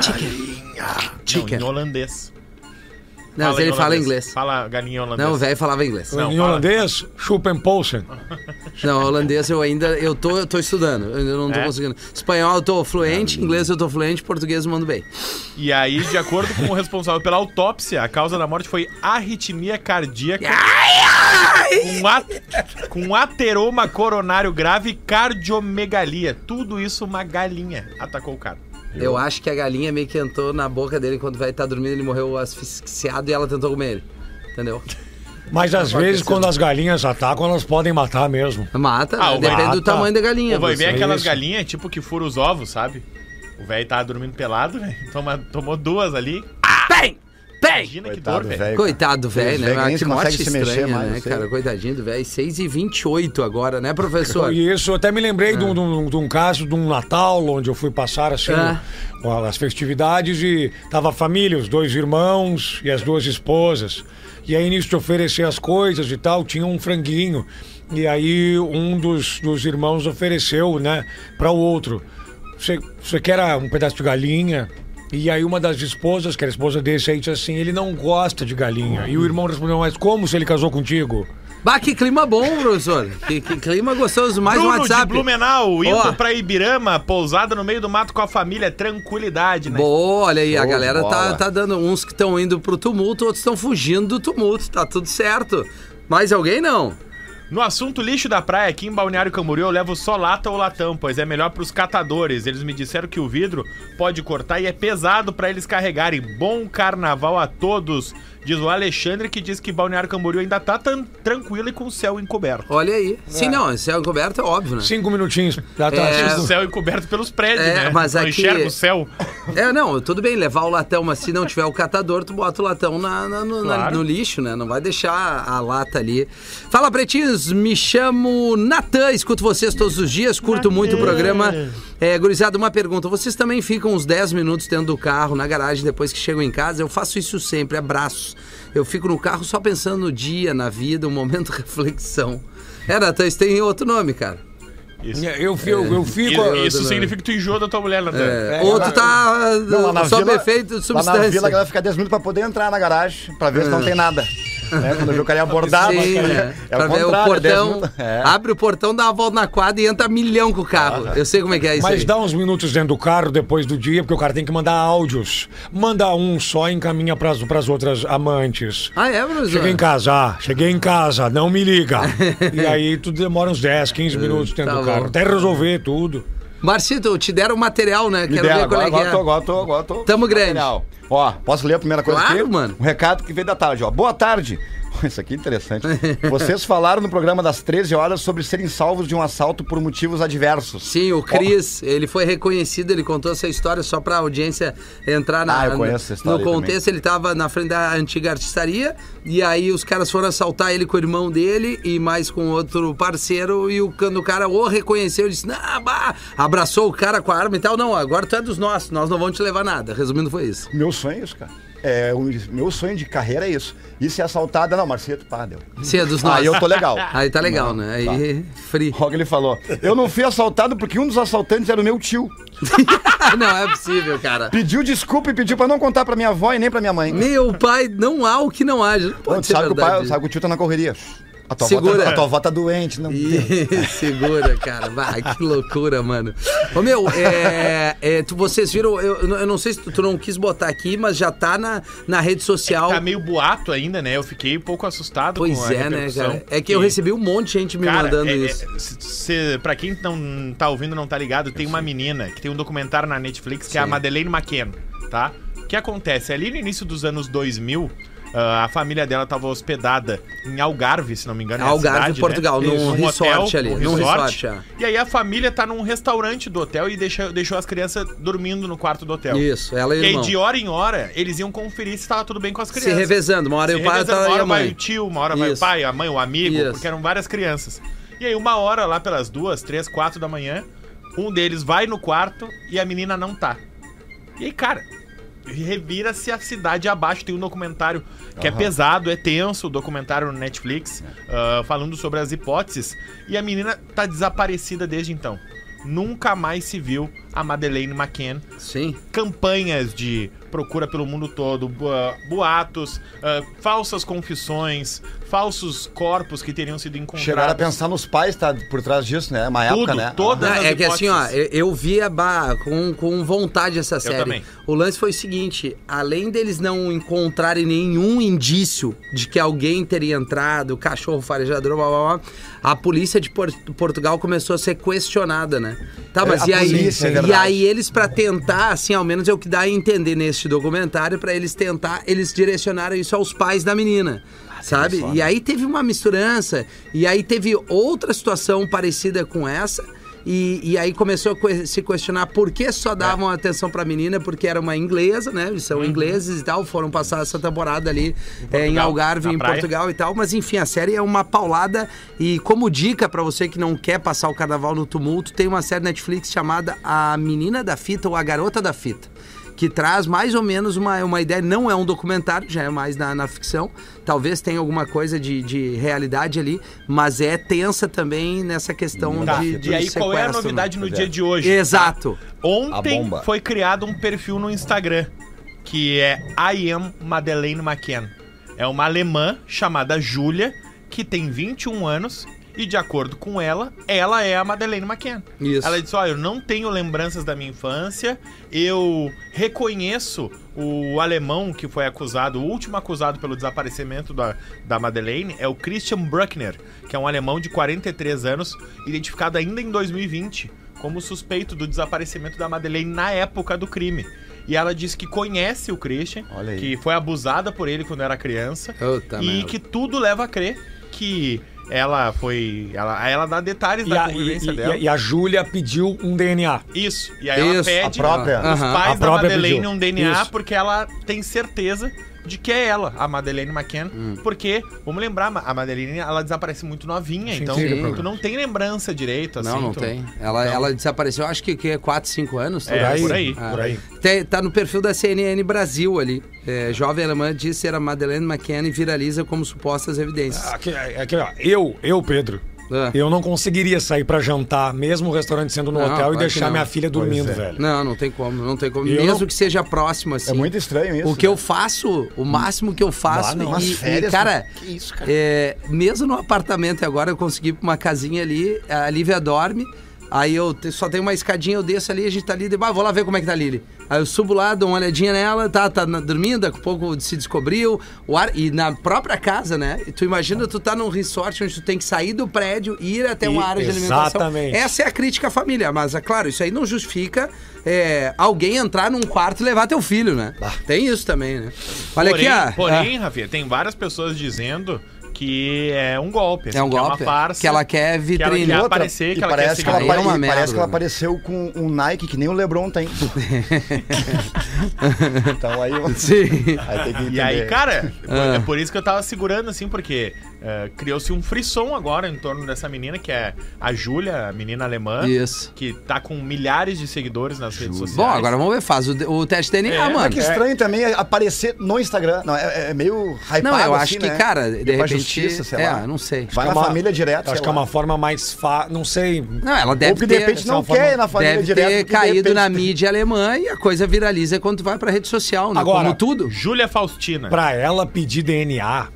S3: Chicken.
S5: Não, em holandês.
S3: Não, mas
S5: em
S3: ele fala
S5: holandês.
S3: inglês.
S5: Fala galinha em holandês.
S3: Não, o velho falava inglês.
S5: Não,
S4: em
S5: fala.
S4: holandês, Schuppenpolsen.
S3: Não, holandês eu ainda. Eu tô, eu tô estudando. Eu ainda não tô
S5: É?
S3: conseguindo. Espanhol eu tô fluente, inglês eu tô fluente, português eu mando bem.
S5: E aí, de acordo com o responsável pela autópsia, a causa da morte foi arritmia cardíaca. com, a- com um ateroma coronário grave e cardiomegalia. Tudo isso uma galinha atacou o cara.
S3: Eu acho que a galinha meio que entrou na boca dele enquanto vai estar tá dormindo, ele morreu asfixiado e ela tentou comer ele. Entendeu?
S4: Mas às vezes, quando as galinhas atacam, elas podem matar mesmo.
S3: Mata,
S5: Ah,
S3: né?
S5: o
S3: depende
S4: vai-
S3: do tamanho da galinha. é
S5: Ou vai ver
S3: professor.
S5: aquelas
S4: isso.
S5: galinhas tipo que fura os ovos, sabe? O velho tava dormindo pelado, velho. Toma- Tomou duas ali.
S3: Tem! Tem!
S5: Imagina
S6: Coitado,
S5: que dor, velho.
S6: velho.
S3: Coitado, velho,
S6: Velho,
S3: né?
S6: É, nem
S3: Que
S6: se
S3: morte
S6: consegue se mexer
S3: estranha,
S6: mais,
S3: né,
S6: eu sei.
S3: cara? Coitadinho do velho. 6 e 28 agora, né, professor?
S5: Então,
S4: E isso, eu até me lembrei de, um, de um- de um caso de um Natal, onde eu fui passar assim,
S3: Ah.
S4: o- as festividades e tava a família, os dois irmãos e as duas esposas. E aí, nisso de oferecer as coisas e tal, tinha um franguinho. E aí, um dos, dos irmãos ofereceu, né, para o outro: Você você quer ah, um pedaço de galinha? E aí uma das esposas, que era a esposa desse aí, disse assim, ele não gosta de galinha. E o irmão respondeu, mas como se ele casou contigo?
S3: Bah, que clima bom, professor. Que, que clima gostoso. Mais um
S5: Bruno de
S3: WhatsApp.
S5: Blumenau, indo
S3: Ó.
S5: pra Ibirama, pousada no meio do mato com a família, tranquilidade, né?
S3: Boa, olha aí, a
S6: Show de
S3: galera tá,
S6: bola.
S3: tá dando uns que estão indo pro tumulto, outros estão fugindo do tumulto, tá tudo certo. Mais alguém não?
S5: No assunto lixo da praia, aqui em Balneário Camboriú, eu levo só lata ou latão, pois é melhor pros catadores. Eles me disseram que o vidro pode cortar e é pesado pra eles carregarem. Bom carnaval a todos, diz o Alexandre, que diz que Balneário Camboriú ainda tá tan- tranquilo e com o céu encoberto.
S3: Olha aí. Sim, não, esse é encoberto, é óbvio, né?
S4: Cinco minutinhos. Já tá
S3: É,
S5: O céu encoberto pelos prédios,
S3: É,
S5: né?
S3: mas
S5: Não
S3: aqui-
S5: enxerga o céu.
S3: É, não, tudo bem levar o latão, mas se não tiver o catador, tu bota o latão na- na- no, na-
S5: Claro.
S3: no lixo, né? Não vai deixar a lata ali. Fala, pretinhos, me chamo Natan, escuto vocês todos os dias, curto muito o programa. É, gurizada, uma pergunta. Vocês também ficam uns 10 minutos dentro do carro, na garagem, depois que chegam em casa? Eu faço isso sempre, abraços. Eu fico no carro só pensando no dia, na vida, um momento de reflexão. É, Natan, isso tem outro nome, cara.
S5: Isso,
S4: É, Eu, eu, eu fico.
S5: isso, isso significa que tu enjoa da tua mulher, Natan.
S3: né? É, outro tá
S6: Não, lá na
S3: sob
S6: vila,
S3: efeito de substância.
S6: Lá na vila, a galera fica 10 minutos pra poder entrar na garagem, pra ver se não tem nada. né? Quando eu vi o cara ia abordar, mas
S3: Sim,
S6: cara,
S3: né?
S6: é
S3: pra
S6: o
S3: ver o
S6: contrário, 10
S3: portão. Ah,
S6: minutos. É. Ah.
S3: Abre o portão, dá uma volta na quadra e entra milhão com o carro. Eu sei como é que é isso
S4: Mas
S3: aí.
S4: dá uns minutos dentro do carro depois do dia, porque o cara tem que mandar áudios. Manda um só e encaminha pras, pras outras amantes.
S3: Ah, é, professor?
S4: Cheguei em casa, ah, cheguei em casa, não me liga. e aí tu demora uns 10, 15 minutos dentro
S3: tá
S4: do carro.
S3: bom.
S4: Até resolver tudo.
S3: Marcito, te deram o material, né?
S6: Me
S3: Quero
S6: deram,
S3: ver qual
S6: agora,
S3: é que é.
S6: agora, tô, agora tô, agora tô.
S3: Tamo grande.
S6: Material. Ó, posso ler a primeira coisa
S3: Claro,
S6: aqui?
S3: mano.
S6: Um recado que veio da tarde, ó. Boa tarde. Isso aqui é interessante. Vocês falaram no programa das 13 horas sobre serem salvos de um assalto por motivos adversos.
S3: Sim, o Cris, ele foi reconhecido, ele contou essa história só pra audiência entrar na.
S6: Ah, eu conheço essa história
S3: No
S6: aí
S3: contexto, ele tava na frente da antiga artistaria, e aí os caras foram assaltar ele com o irmão dele e mais com outro parceiro, e o, quando o cara o reconheceu, ele disse: Não, bah", abraçou o cara com a arma e tal. Não, agora tu é dos nossos, nós não vamos te levar nada. Resumindo, foi isso.
S6: Meu sonho é isso, cara. É, o meu sonho de carreira é isso. E ser assaltada, não, Marceto, pá, deu.
S3: Sim, é dos nossos.
S6: Ah, Aí eu tô legal.
S3: Aí tá legal, né? Aí free.
S6: Olha o que ele falou. Eu não fui assaltado porque um dos assaltantes era o meu tio.
S3: não, é possível, cara.
S6: Pediu desculpa e pediu pra não contar pra minha avó e nem pra minha mãe.
S3: Meu pai, não há o que não haja. Não pode
S6: Não,
S3: ser
S6: sabe, que o pai,
S3: verdade.
S6: sabe que o tio tá na correria. A tua, avó
S3: Segura.
S6: tá, a tua avó tá doente, não.
S3: Ih, segura, cara. Vai, que loucura, mano. Ô, meu, é, é, tu, vocês viram, eu, eu não sei se tu, tu não quis botar aqui, mas já tá na, na rede social.
S5: Tá meio boato ainda, né? Eu fiquei um pouco assustado com
S3: pois
S5: a
S3: é, né,
S5: repercussão.
S3: cara? É que eu recebi um monte de gente me
S5: Cara,
S3: mandando
S5: é- é-
S3: isso.
S5: se- se- pra quem não tá ouvindo, não tá ligado, tem uma menina que tem um documentário na Netflix que é a Madeleine McKenna, tá? O que acontece? Ali no início dos anos 2000, ah, a família dela tava hospedada em Algarve, se não me engano. é a
S3: Algarve,
S5: cidade,
S3: Portugal,
S5: né?
S3: num
S5: Isso.
S3: resort ali,
S5: um
S3: num
S5: resort.
S3: resort, é.
S5: E aí a família tá num restaurante do hotel e deixa- deixou as crianças dormindo no quarto do hotel.
S3: Isso, ela e o
S5: E aí,
S3: irmão.
S5: de hora em hora, eles iam conferir se tava tudo bem com as
S3: Se
S5: crianças.
S3: revezando, uma hora
S5: Se
S3: eu pai, outra
S5: revezando,
S3: hora eu
S5: uma hora
S3: a
S5: vai
S3: mãe.
S5: o tio, uma hora vai o
S3: Isso.
S5: pai, a mãe, o amigo,
S3: Isso.
S5: porque eram várias crianças. E aí, uma hora lá pelas duas, três, quatro da manhã, um deles vai no quarto e a menina não tá. E aí, cara, revira-se a cidade abaixo. Tem um documentário que é pesado, é tenso, o documentário no Netflix,
S3: É.
S5: ah, falando sobre as hipóteses. E a menina tá desaparecida desde então. Nunca mais se viu a Madeleine McCann
S3: Sim.
S5: campanhas de procura pelo mundo todo, boa- boatos, ah, falsas confissões, falsos corpos que teriam sido encontrados.
S6: Chegaram a pensar nos pais, tá? Por trás disso, né? Uma
S5: Tudo,
S6: época, né?
S5: todas
S3: Não,
S5: as
S3: é que assim, ó,
S5: hipóteses.
S3: eu, eu via bah, com, com vontade essa série.
S5: também.
S3: O lance foi o seguinte: além deles não encontrarem nenhum indício de que alguém teria entrado, cachorro farejador, blá, blá, blá, a polícia de Por- Portugal começou a ser questionada, né? Tá,
S6: É,
S3: mas
S6: a
S3: e aí?
S6: polícia, é
S3: e
S6: verdade.
S3: aí eles, pra tentar, assim, ao menos é o que dá a entender neste documentário, pra eles tentar, eles direcionaram isso aos pais da menina.
S5: Ah,
S3: Sabe? E aí teve uma misturança, e aí teve outra situação parecida com essa. E, e aí começou a que- se questionar por que
S5: É.
S3: só davam atenção pra menina, porque era uma inglesa, né? Eles são ingleses e tal, foram passar essa temporada ali eh, em,
S5: Uhum. Portugal,
S3: Algarve,
S5: na
S3: em
S5: praia.
S3: Portugal e tal. Mas enfim, a série é uma paulada. E como dica pra você que não quer passar o carnaval no tumulto, tem uma série Netflix chamada A Menina da Fita ou A Garota da Fita. Que traz mais ou menos uma, uma ideia, não é um documentário, já é mais na, na ficção. Talvez tenha alguma coisa de, de realidade ali, mas é tensa também nessa questão
S5: Tá.
S3: de, de.
S5: E aí, qual é a
S3: sequestro, né?
S5: novidade no
S6: Pois
S5: dia
S6: é.
S5: de hoje? tá?
S3: Exato.
S6: A
S5: Ontem
S6: bomba.
S5: foi criado um perfil no Instagram que é I am Madeleine McCann. É uma alemã chamada Julia que tem 21 anos e de acordo com ela, ela é a Madeleine McCann.
S3: Isso.
S5: Ela disse: "Olha, eu não tenho lembranças da minha infância. Eu reconheço o alemão que foi acusado, o último acusado pelo desaparecimento da, da Madeleine é o Christian Bruckner, que é um alemão de 43 anos, identificado ainda em 2020 como suspeito do desaparecimento da Madeleine na época do crime. E ela diz que conhece o Christian,
S6: Olha aí. Tá
S5: que foi abusada por ele quando era criança
S3: Puta
S5: e
S3: merda.
S5: que tudo leva a crer que ela foi, ela, ela dá detalhes
S4: E
S3: tá
S5: da
S4: a, e,
S5: convivência
S4: e-
S5: dela.
S4: e a Júlia pediu um DNA.
S5: Isso. E aí ela
S3: Isso,
S5: pede
S6: a própria.
S5: os
S3: Aham.
S5: pais
S4: A
S5: da
S4: própria
S5: Madeleine
S4: pediu.
S5: um DNA
S4: Isso.
S5: porque ela tem certeza de que é ela, a Madeleine McCann.
S3: Hum.
S5: Porque, vamos lembrar, a Madeleine, ela desaparece muito novinha, então
S4: sim,
S5: tu não tem lembrança direito, assim.
S3: Não, não
S5: tu-
S3: tem. Ela, ela desapareceu, acho que, que é 4, 5 anos.
S5: É,
S3: talvez.
S5: por aí,
S3: Ah.
S6: por aí.
S3: Tem- tá no perfil da CNN Brasil ali. É, jovem alemã diz ser a Madeleine McKenna e viraliza como supostas evidências.
S4: Aqui, é, aqui, ó, eu, eu, Pedro,
S3: Ah.
S4: eu não conseguiria sair pra jantar, mesmo o restaurante sendo no
S3: Não,
S4: hotel,
S3: claro
S4: e
S3: que
S4: deixar
S3: não.
S4: minha filha dormindo,
S6: é.
S4: velho.
S3: Não, não tem como, não tem como.
S4: Eu
S3: Mesmo
S4: não-
S3: que seja próximo, assim.
S6: É muito estranho isso,
S3: O que
S6: né?
S3: eu faço, o máximo que eu faço.
S4: Ah, não,
S3: e-
S6: umas
S3: e,
S6: férias, né?
S3: cara,
S6: que isso, cara?
S3: é, mesmo no apartamento agora, eu consegui ir pra uma casinha ali, a Lívia dorme. Aí eu te- só tenho uma escadinha, eu desço ali, a gente tá ali, de... ah, vou lá ver como é que tá a Lili. Aí eu subo lá, dou uma olhadinha nela, tá, tá na- dormindo, daqui a pouco se descobriu. O ar, e na própria casa, né? E tu imagina, tu tá num resort onde tu tem que sair do prédio, ir até uma
S4: E-
S3: área de alimentação.
S4: exatamente.
S3: Essa é a crítica à família, mas, é claro, isso aí não justifica é, alguém entrar num quarto e levar teu filho, né? Tem isso também, né? Olha
S5: porém,
S3: aqui, ó. Ah.
S5: Porém, Rafinha, tem várias pessoas dizendo que é um golpe. assim,
S3: É um
S5: que
S3: golpe,
S5: uma farsa.
S3: que ela quer
S5: que ela
S3: vitrine.
S5: quer
S6: Outra,
S5: aparecer,
S6: e
S5: que ela quer
S6: parece
S5: se
S6: que ela,
S3: Aí é
S6: apare-
S3: uma
S6: e
S3: merda,
S6: parece que ela
S3: né?
S6: apareceu com um Nike que nem o LeBron tem. então aí,
S3: Sim.
S6: aí tem que entender.
S5: E aí, cara,
S3: Ah.
S5: é por isso que eu tava segurando, assim, porque eh, criou-se um frisson agora em torno dessa menina, que é a Júlia, a menina alemã.
S3: Isso.
S5: Que tá com milhares de seguidores nas redes sociais.
S3: Bom, agora vamos ver, faz o, o teste DNA,
S5: É,
S3: mano.
S6: Mas que estranho também é aparecer no Instagram. Não, é, é meio hypado
S3: Não, eu acho
S6: assim,
S3: que,
S6: né?
S3: cara, de
S6: Vai pra
S3: repente.
S6: justiça, sei
S3: é,
S6: lá.
S3: eu não sei.
S6: Vai
S4: É
S6: na
S4: uma-
S6: família direto,
S4: Acho
S6: sei
S4: que é
S6: lá.
S4: uma forma mais fácil. Não sei.
S3: Não, ela
S6: Ou
S3: deve
S6: que de
S3: ter.
S6: repente não
S4: essa forma-
S6: quer ir na família
S3: Deve ter
S6: direto. porque de
S3: caído
S6: repente
S3: na
S6: tem-
S3: mídia alemã e a coisa viraliza quando vai pra rede social, né?
S4: Agora-
S3: Como tudo.
S5: Júlia Faustina.
S4: É. Pra ela pedir DNA.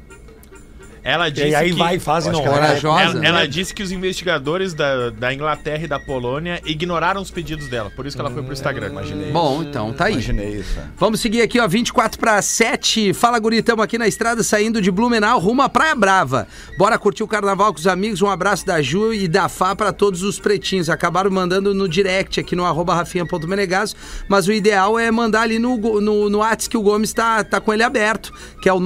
S5: Ela disse
S4: E aí
S5: que...
S4: vai e faz e
S6: Acho
S4: não.
S6: que ela-
S4: é.
S3: Corajosa. né?
S5: Ela, ela disse que os investigadores da, da Inglaterra e da Polônia ignoraram os pedidos dela. Por isso que ela foi pro Instagram. Imaginei.
S3: Bom, então tá aí.
S6: Imaginei isso. é.
S3: Vamos seguir aqui, ó, 24 para 7. Fala, guri, tamo aqui na estrada saindo de Blumenau rumo à Praia Brava. Bora curtir o carnaval com os amigos. Um abraço da Ju e da Fá para todos os pretinhos. Acabaram mandando no direct aqui no arroba rafinha.menegasso, mas o ideal é mandar ali no, go- no, no Whats que o Gomes tá, tá com ele aberto, que é o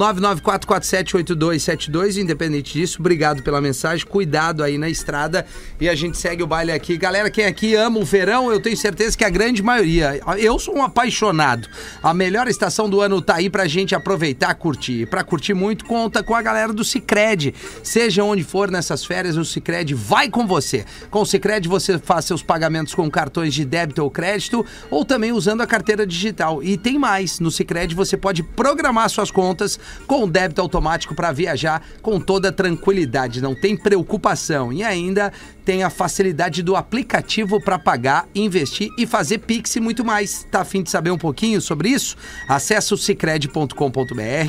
S3: 994478272. Independente disso, obrigado pela mensagem. Cuidado aí na estrada e a gente segue o baile aqui. Galera, quem aqui ama o verão, eu tenho certeza que a grande maioria. Eu sou um apaixonado. A melhor estação do ano tá aí pra gente aproveitar, curtir. E pra curtir muito, conta com a galera do Cicred. Seja onde for nessas férias, o Cicred vai com você. Com o Cicred você faz seus pagamentos com cartões de débito ou crédito ou também usando a carteira digital. E tem mais, no Cicred você pode programar suas contas com débito automático para viajar com toda tranquilidade, não tem preocupação. E ainda tem a facilidade do aplicativo para pagar, investir e fazer Pix e muito mais. Tá afim de saber um pouquinho sobre isso? Acesse o cicred.com.br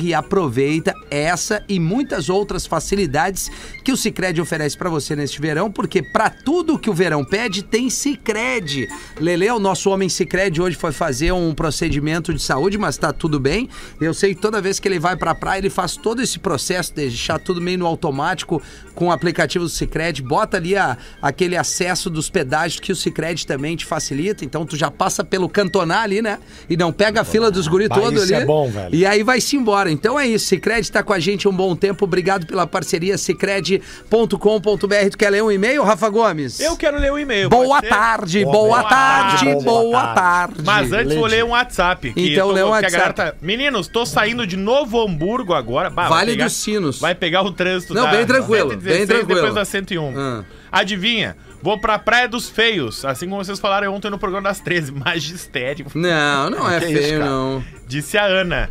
S3: e aproveita essa e muitas outras facilidades que o Cicred oferece para você neste verão, porque para tudo que o verão pede tem Cicred. Lele, o nosso homem Cicred hoje foi fazer um procedimento de saúde, mas tá tudo bem. Eu sei que toda vez que ele vai pra praia, ele faz todo esse processo de deixar tudo meio no automático com o aplicativo do Cicred, bota ali a, aquele acesso dos pedágios que o Sicredi também te facilita. Então tu já passa pelo cantonar ali, né? E não pega a fila dos guri
S4: Bah,
S3: todo
S4: isso
S3: ali.
S4: é bom, velho.
S3: E aí vai-se embora. Então é isso. Sicredi tá com a gente um bom tempo. Obrigado pela parceria. Sicredi.com.br. Tu quer ler um e-mail, Rafa Gomes?
S5: Eu quero ler o e-mail.
S3: Boa
S5: pode ser?
S3: tarde, boa,
S4: Boa
S3: tarde,
S4: tarde,
S3: boa,
S4: boa
S3: tarde.
S5: Mas antes vou
S4: Leite.
S5: ler um WhatsApp.
S3: Então,
S5: eu tô-
S3: lê um
S5: que a galera
S3: WhatsApp.
S5: tá- Meninos, tô saindo de Novo Hamburgo agora. Bah, vai
S3: Vale
S5: pegar-
S3: dos Sinos.
S5: Vai pegar o trânsito
S3: Não,
S5: da
S3: bem tranquilo, bem
S5: 116,
S3: tranquilo.
S5: Depois da 101.
S3: Ah.
S5: Adivinha? Vou pra Praia dos Feios, assim como vocês falaram ontem no programa das 13. Magistério,
S3: Não, não é
S6: Que
S3: feio,
S6: isso, cara?
S3: não.
S5: disse a Ana.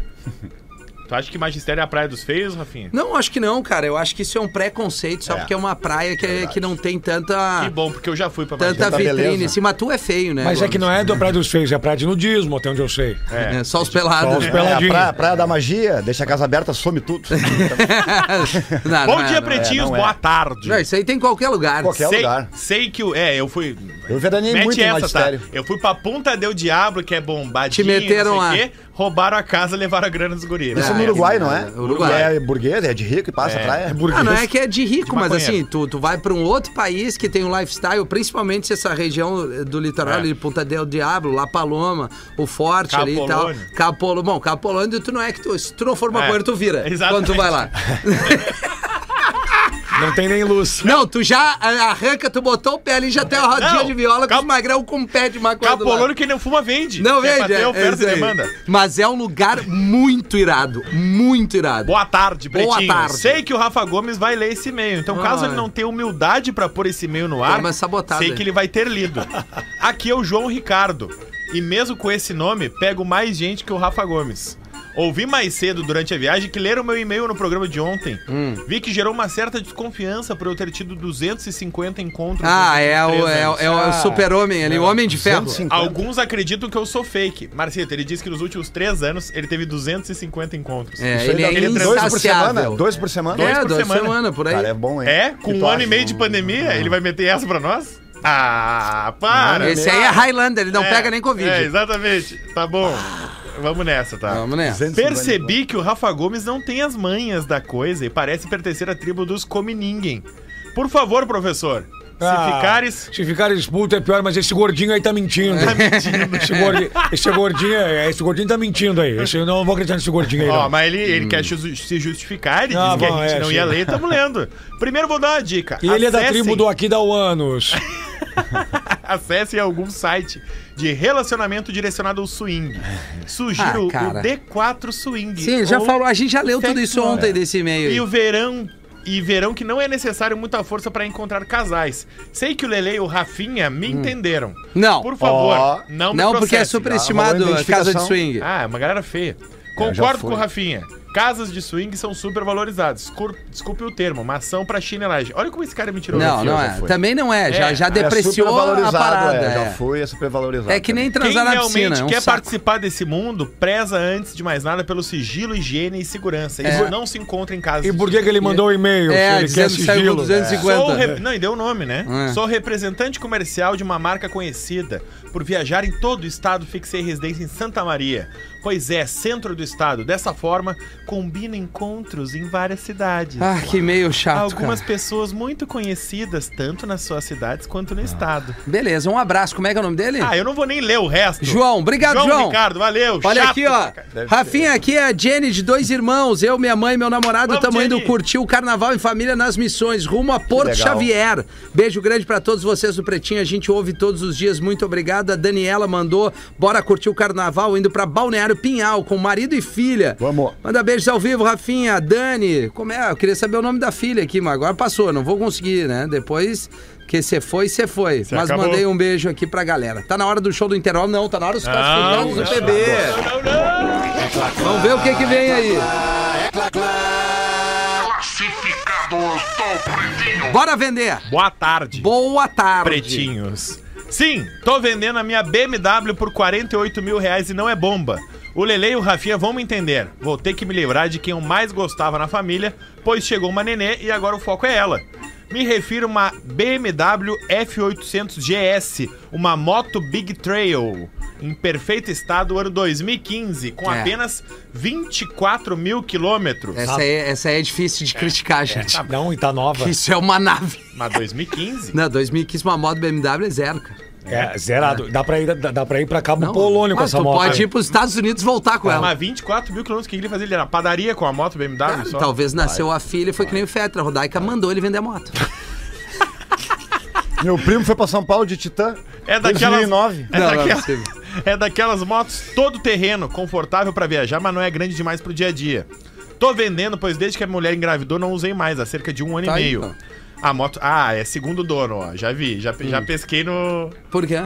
S5: tu acha que Magistério é a Praia dos Feios, Rafinha?
S3: Não, acho que não, cara. Eu acho que isso é um preconceito, só porque é uma praia que, que não tem tanta,
S5: Que bom, porque eu já fui pra
S3: tanta
S6: tanta
S3: vitrine.
S6: beleza.
S3: Assim, mas tu é feio, né?
S4: Mas é que não
S3: Gomes?
S4: é da Praia dos Feios, é Praia de Nudismo, até onde eu sei.
S5: É.
S3: É, Só os pelados.
S4: Só os
S3: né?
S4: pelados. Peladinho.
S6: É, praia, praia da magia, deixa a casa aberta, some tudo.
S3: Não,
S5: Bom
S3: não é, não é.
S5: dia, pretinhos,
S6: não é.
S5: boa tarde.
S3: Não, isso aí tem em qualquer lugar.
S6: Qualquer
S5: sei,
S6: lugar.
S5: sei que o. É, eu fui.
S6: Eu veranei
S5: Mete
S6: muito em
S5: essa,
S6: magistério.
S5: tá? Eu fui pra Punta Del Diablo, que é bombadinho.
S3: Te meteram
S5: não sei
S3: lá.
S5: o quê, roubaram a casa, levaram a grana dos guris. né?
S6: Isso
S3: Ah,
S6: no
S3: é.
S6: Uruguai, não é?
S3: Uruguai.
S6: É burguês, é de rico e passa
S5: É.
S6: praia.
S4: É
S3: Ah,
S4: burguês.
S3: não é que é de rico,
S5: De
S3: mas
S5: maconheiro.
S3: assim, tu, tu vai pra um outro país que tem um lifestyle, principalmente se essa região eh, do litoral
S5: É.
S3: ali, Punta del Diablo, La Paloma, o Forte ali e tal.
S5: Capolônia.
S3: Capolo, bom, Capolônia, tu não é que tu, se tu não for maconheiro,
S5: É,
S3: tu vira. Quando
S5: exatamente.
S3: tu vai lá.
S4: Não tem nem luz.
S3: Não, tu já ah, arranca, tu botou o pé ali, já tem a rodinha
S5: Não,
S3: de viola com
S5: Cap-
S3: os magrão com um pé de maconha do lado.
S5: Capolônio que não fuma vende.
S3: Não,
S5: Quer
S3: vende,
S5: bater
S3: é, é
S5: oferta
S3: isso
S5: e
S3: aí.
S5: demanda.
S3: Mas é um lugar muito irado, muito irado.
S5: Boa tarde,
S3: Boa
S5: Pretinho.
S3: tarde.
S5: Sei que o Rafa Gomes vai ler esse e-mail. Então, caso
S3: Ah.
S5: ele não tenha humildade pra pôr esse e-mail no ar,
S3: Toma essa botada.
S5: sei que ele vai ter lido. Aqui é o João Ricardo. E mesmo com esse nome, pego mais gente que o Rafa Gomes. Ouvi mais cedo durante a viagem que leram meu e-mail no programa de ontem.
S3: Hum.
S5: Vi que gerou uma certa desconfiança por eu ter tido 250 encontros.
S3: Ah,
S5: nos
S3: é o,
S5: 23
S3: é, o-
S5: anos. Ah. É,
S3: é o super-homem ali, o homem de ferro.
S6: 150.
S5: Alguns acreditam que eu sou fake. Marcito, ele disse que nos últimos três anos ele teve 250 encontros.
S3: É,
S6: Isso aí
S3: ele
S6: dá
S3: é
S5: três-
S6: Dois por semana?
S3: insaciável.
S6: Dois por semana?
S5: Dois
S3: é,
S5: por
S3: dois
S5: semana.
S3: semanas por aí.
S6: Cara, é bom, hein?
S5: É? Com
S6: Que
S5: um
S6: tu
S5: ano
S6: acha?
S5: e meio de pandemia, ele vai meter essa pra nós? Ah, para!
S3: Esse aí é Highlander, ele não
S5: É,
S3: pega nem Covid.
S5: É, exatamente. Tá bom. Vamos nessa, tá?
S3: Vamos nessa.
S6: 250.
S5: Percebi que o Rafa Gomes não tem as manhas da coisa e parece pertencer à tribo dos Come Ninguém. Por favor, professor, se
S4: Ah,
S5: ficares.
S4: Se ficares expulso é pior, mas esse gordinho aí tá mentindo. Tá mentindo. Esse gordinho, esse gordinho, é- esse gordinho tá mentindo aí. Esse, eu não vou acreditar nesse gordinho aí.
S5: Ó,
S4: não.
S5: mas ele,
S3: Hum.
S5: ele quer ju- se justificar, ele
S4: Ah,
S5: disse que
S4: bom,
S5: a gente
S4: é,
S5: não ia
S4: sim.
S5: ler, tamo lendo. Primeiro vou dar uma dica.
S4: E ele é da
S5: Acessem-
S4: tribo do Aqui da Uanos.
S5: Acesse algum site de relacionamento direcionado ao swing. Sugiro
S3: Ah, cara.
S5: o D4 Swing.
S3: Sim, ele já
S5: ou-
S3: falou, a gente já leu tudo isso
S5: Sexual.
S3: ontem desse e-mail. aí.
S5: E o verão. E verão que não é necessário muita força pra encontrar casais. Sei que o Lele e o Rafinha me entenderam.
S3: Hum. Não.
S5: Por favor,
S6: Ó.
S5: não me
S3: Não, porque é
S5: processem.
S3: superestimado
S6: rolou
S3: a casa de
S6: identificação.
S3: swing.
S5: Ah, é uma galera feia.
S6: já
S5: Concordo
S6: foi.
S5: com o Rafinha. Casas de swing são super valorizadas. Descul- Desculpe o termo, mas são pra chinelagem. Olha como esse cara me tirou
S3: não,
S5: do fio,
S3: não
S5: já
S3: é.
S5: foi.
S3: Também não é, já,
S5: É,
S3: já
S5: é
S3: depreciou a
S6: supervalorizado,
S3: parada.
S6: é,
S3: É,
S6: Já foi, é supervalorizado.
S3: É que nem
S5: Quem
S3: transar na
S5: realmente
S3: piscina, é um
S5: quer
S3: saco.
S5: participar desse mundo, preza antes de mais nada pelo sigilo, higiene e segurança. Isso não se encontra em casa.
S4: E
S5: de
S4: por que, que ele mandou o e-mail?
S3: É,
S4: se ele quer
S3: dizendo que saiu com
S4: sigilo. né?
S3: 250.
S5: Sou rep- Não, e deu o nome, né?
S3: É.
S5: Sou representante comercial de uma marca conhecida. Por viajar em todo o estado, fixei residência em Santa Maria. Pois é, centro do estado. Dessa forma, combino encontros em várias cidades.
S3: Ah, que e-mail chato,
S5: Algumas
S3: cara.
S5: pessoas muito conhecidas, tanto nas suas cidades quanto no estado.
S3: Beleza, um abraço. Como Ah. é que é o nome dele?
S5: Ah, eu não vou nem ler o resto.
S3: João, obrigado,
S5: João.
S3: João.
S5: Ricardo, valeu.
S3: Olha
S5: chato
S3: aqui, ó.
S5: pra caralho.
S6: Deve
S3: Rafinha, aqui é a Jenny de dois irmãos. Eu, minha mãe, meu namorado,
S5: Vamos,
S3: estamos indo
S5: Jenny.
S3: curtir o carnaval em família nas missões, rumo a Porto
S6: legal.
S3: Xavier. Beijo grande pra todos vocês do Pretinho. A gente ouve todos os dias. Muito obrigado. A Daniela mandou. Bora curtir o carnaval indo pra Balneário Pinhal com marido e filha.
S6: Vamos.
S3: Manda beijos ao vivo, Rafinha. Dani, como é? Eu queria saber o nome da filha aqui, mas agora passou, não vou conseguir, né? Depois. que você foi, você foi. Mas
S5: acabou.
S3: mandei um beijo aqui pra galera. Tá na hora do show do Interol? Não, tá na hora dos
S5: Ah,
S3: classificados do PB.
S5: Não, não, não.
S3: Vamos ver o que que vem aí. Bora vender.
S5: Boa tarde.
S3: Boa tarde.
S5: Pretinhos. Sim, tô vendendo a minha BMW por 48 mil reais e não é bomba. O Lele e o Rafinha vão me entender. Vou ter que me livrar de quem eu mais gostava na família, pois chegou uma nenê e agora o foco é ela. Me refiro a uma BMW F800 GS, uma moto Big Trail, em perfeito estado, ano 2015, com
S3: É.
S5: apenas 24 mil quilômetros.
S3: Essa aí, essa aí é difícil de criticar, gente.
S4: Não, e tá nova.
S3: Isso é uma nave.
S5: Mas 2015?
S3: Não, 2015 uma moto BMW é zero, cara.
S4: É, zerado. Dá pra ir, dá, dá pra ir pra Cabo
S3: Não,
S4: Um Polônio com
S3: mas
S4: essa
S3: tu
S4: moto. né?
S3: pode ir pros Estados Unidos e voltar com ela.
S5: Mas 24 mil quilômetros, o que ele fazia? Ele era na padaria com a moto BMW
S3: Cara,
S5: só?
S3: Ah, talvez nasceu a filha e foi que nem o Fetra. A Rodaica mandou ele vender a moto.
S6: Meu primo foi pra São Paulo de Titã.
S5: É daquelas,
S6: 2009.
S5: É,
S3: Não, não é
S5: daquela-
S3: possível.
S5: é daquelas motos todo terreno, confortável pra viajar, mas não é grande demais pro dia a dia. Tô vendendo, pois desde que a mulher engravidou não usei mais, há cerca de um ano
S3: Tá aí,
S5: e meio.
S3: então.
S5: A moto. Ah, é segundo dono, ó. Já vi, já, pe- já
S3: Hum.
S5: pesquei no.
S3: Por quê?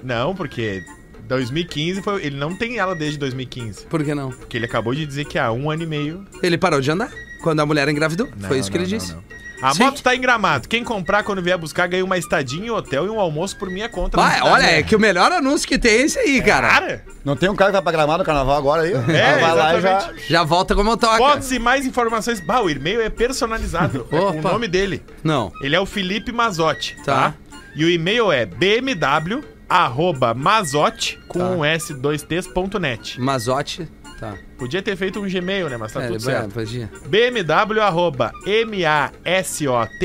S5: Não, porque 2015 foi. Ele não tem ela desde 2015.
S3: Por que não?
S5: Porque ele acabou de dizer que há um ano e meio.
S3: Ele parou de andar quando a mulher engravidou.
S5: Não,
S3: foi isso que
S5: não,
S3: ele
S5: não,
S3: disse.
S5: não. A
S3: Sim.
S5: moto tá em gramado. Quem comprar quando vier buscar ganha uma estadinha em hotel e um almoço por minha conta. na
S3: Vai,
S5: cidade.
S3: olha, é que o melhor anúncio que tem é esse aí, cara.
S5: tá Cara,
S6: Não tem um cara que vai pra Gramado no carnaval agora aí? É, vai lá e já...
S5: exatamente.
S3: Já volta com a motoca.
S5: Fotos e mais informações. Bah, o e-mail é personalizado. é com o
S3: Opa.
S5: nome dele.
S3: Não.
S5: Ele é o Felipe Mazotti,
S3: Tá.
S5: tá? E o e-mail é bmw arroba mazote com
S3: Tá.
S5: um s2ts.net.
S3: Mazote. Tá.
S5: Podia ter feito um Gmail, né? Mas tá
S3: É,
S5: tudo
S3: vai,
S5: certo.
S3: podia.
S5: bmw arroba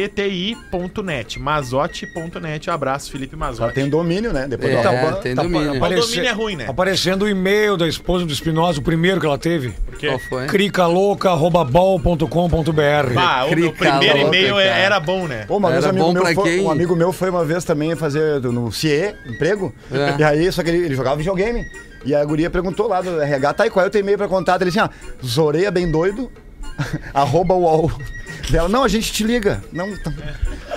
S5: masotti.net. Mazotti.net. Um Abraço, Felipe
S6: Já
S5: Mazotti.
S6: tem domínio, né? Depois do
S3: É,
S6: Alban.
S3: tem
S4: Tá
S3: domínio.
S5: O
S4: apare-
S5: domínio é ruim, né?
S4: Aparecendo o e-mail da esposa do Espinosa, o primeiro que ela teve.
S5: Porque...
S3: Qual foi?
S4: cricaloca.com.br.
S5: Bah, o meu
S3: Crica
S5: primeiro
S3: louca,
S5: e-mail é-
S3: cara.
S5: era bom, né?
S6: Pô, uma vez um
S3: Era
S6: amigo,
S3: bom
S6: meu
S3: pra
S6: foi,
S3: quem?
S6: um amigo meu foi uma vez também fazer do- no CIE, emprego.
S3: É.
S6: E aí, só que ele, ele jogava videogame. E a guria perguntou lá do RH, tá, e qual é o teu e-mail pra contato? Ele assim, ó, zoreia bem doido, arroba UOL. Dela, não, a gente te liga. Não, tá-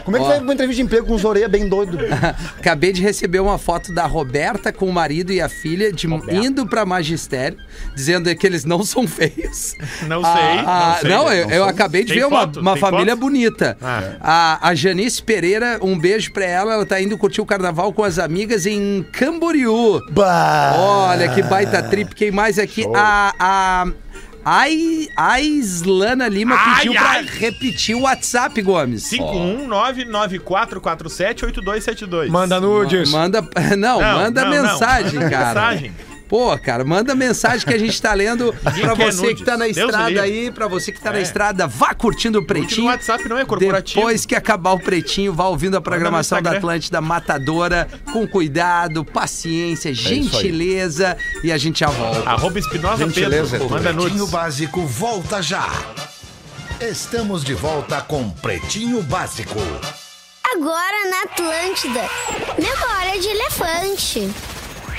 S6: Como é que
S3: Ó.
S6: vai uma entrevista de emprego com um zoreia bem doido?
S3: Acabei de receber uma foto da Roberta com o marido e a filha de, indo pra magistério, dizendo que eles não são feios.
S5: Não
S3: A-
S5: sei,
S3: a-
S5: não sei.
S3: não, eu,
S5: Não
S3: eu
S5: são-
S3: acabei de
S5: Tem
S3: ver uma,
S5: foto?
S3: uma
S5: Tem
S3: família
S5: foto? Ah.
S3: bonita. A, a Janice Pereira, um beijo pra ela. Ela tá indo curtir o carnaval com as amigas em Camboriú. Olha que
S5: Ah,
S3: baita trip. Quem mais aqui? A, a, Ai- a Islana Lima
S5: Ai,
S3: pediu pra
S5: ai. um.
S3: repetir o WhatsApp, Gomes.
S5: 51994478272.
S4: Manda nudes.
S3: Manda, não,
S5: Não,
S3: manda
S5: não, não.
S3: mensagem,
S5: Manda
S3: cara.
S5: mensagem.
S3: Pô, cara, manda mensagem que a gente tá lendo pra
S5: quer
S3: você que tá na
S5: nudes. Deus
S3: estrada
S5: livre.
S3: aí, pra você que tá na
S5: É.
S3: estrada, vá curtindo o
S5: Porque no
S3: Pretinho.
S5: WhatsApp não é corporativo.
S3: Depois que acabar o Pretinho, vá ouvindo a programação da
S5: Instagram.
S3: Atlântida Matadora com cuidado, paciência, gentileza e a gente já volta.
S5: Arroba Espinosa
S6: Gentileza.
S5: Pedro. Manda
S1: Pretinho
S5: nudes.
S1: Básico volta já. Estamos de volta com Pretinho Básico.
S7: Agora na Atlântida. Memória de elefante.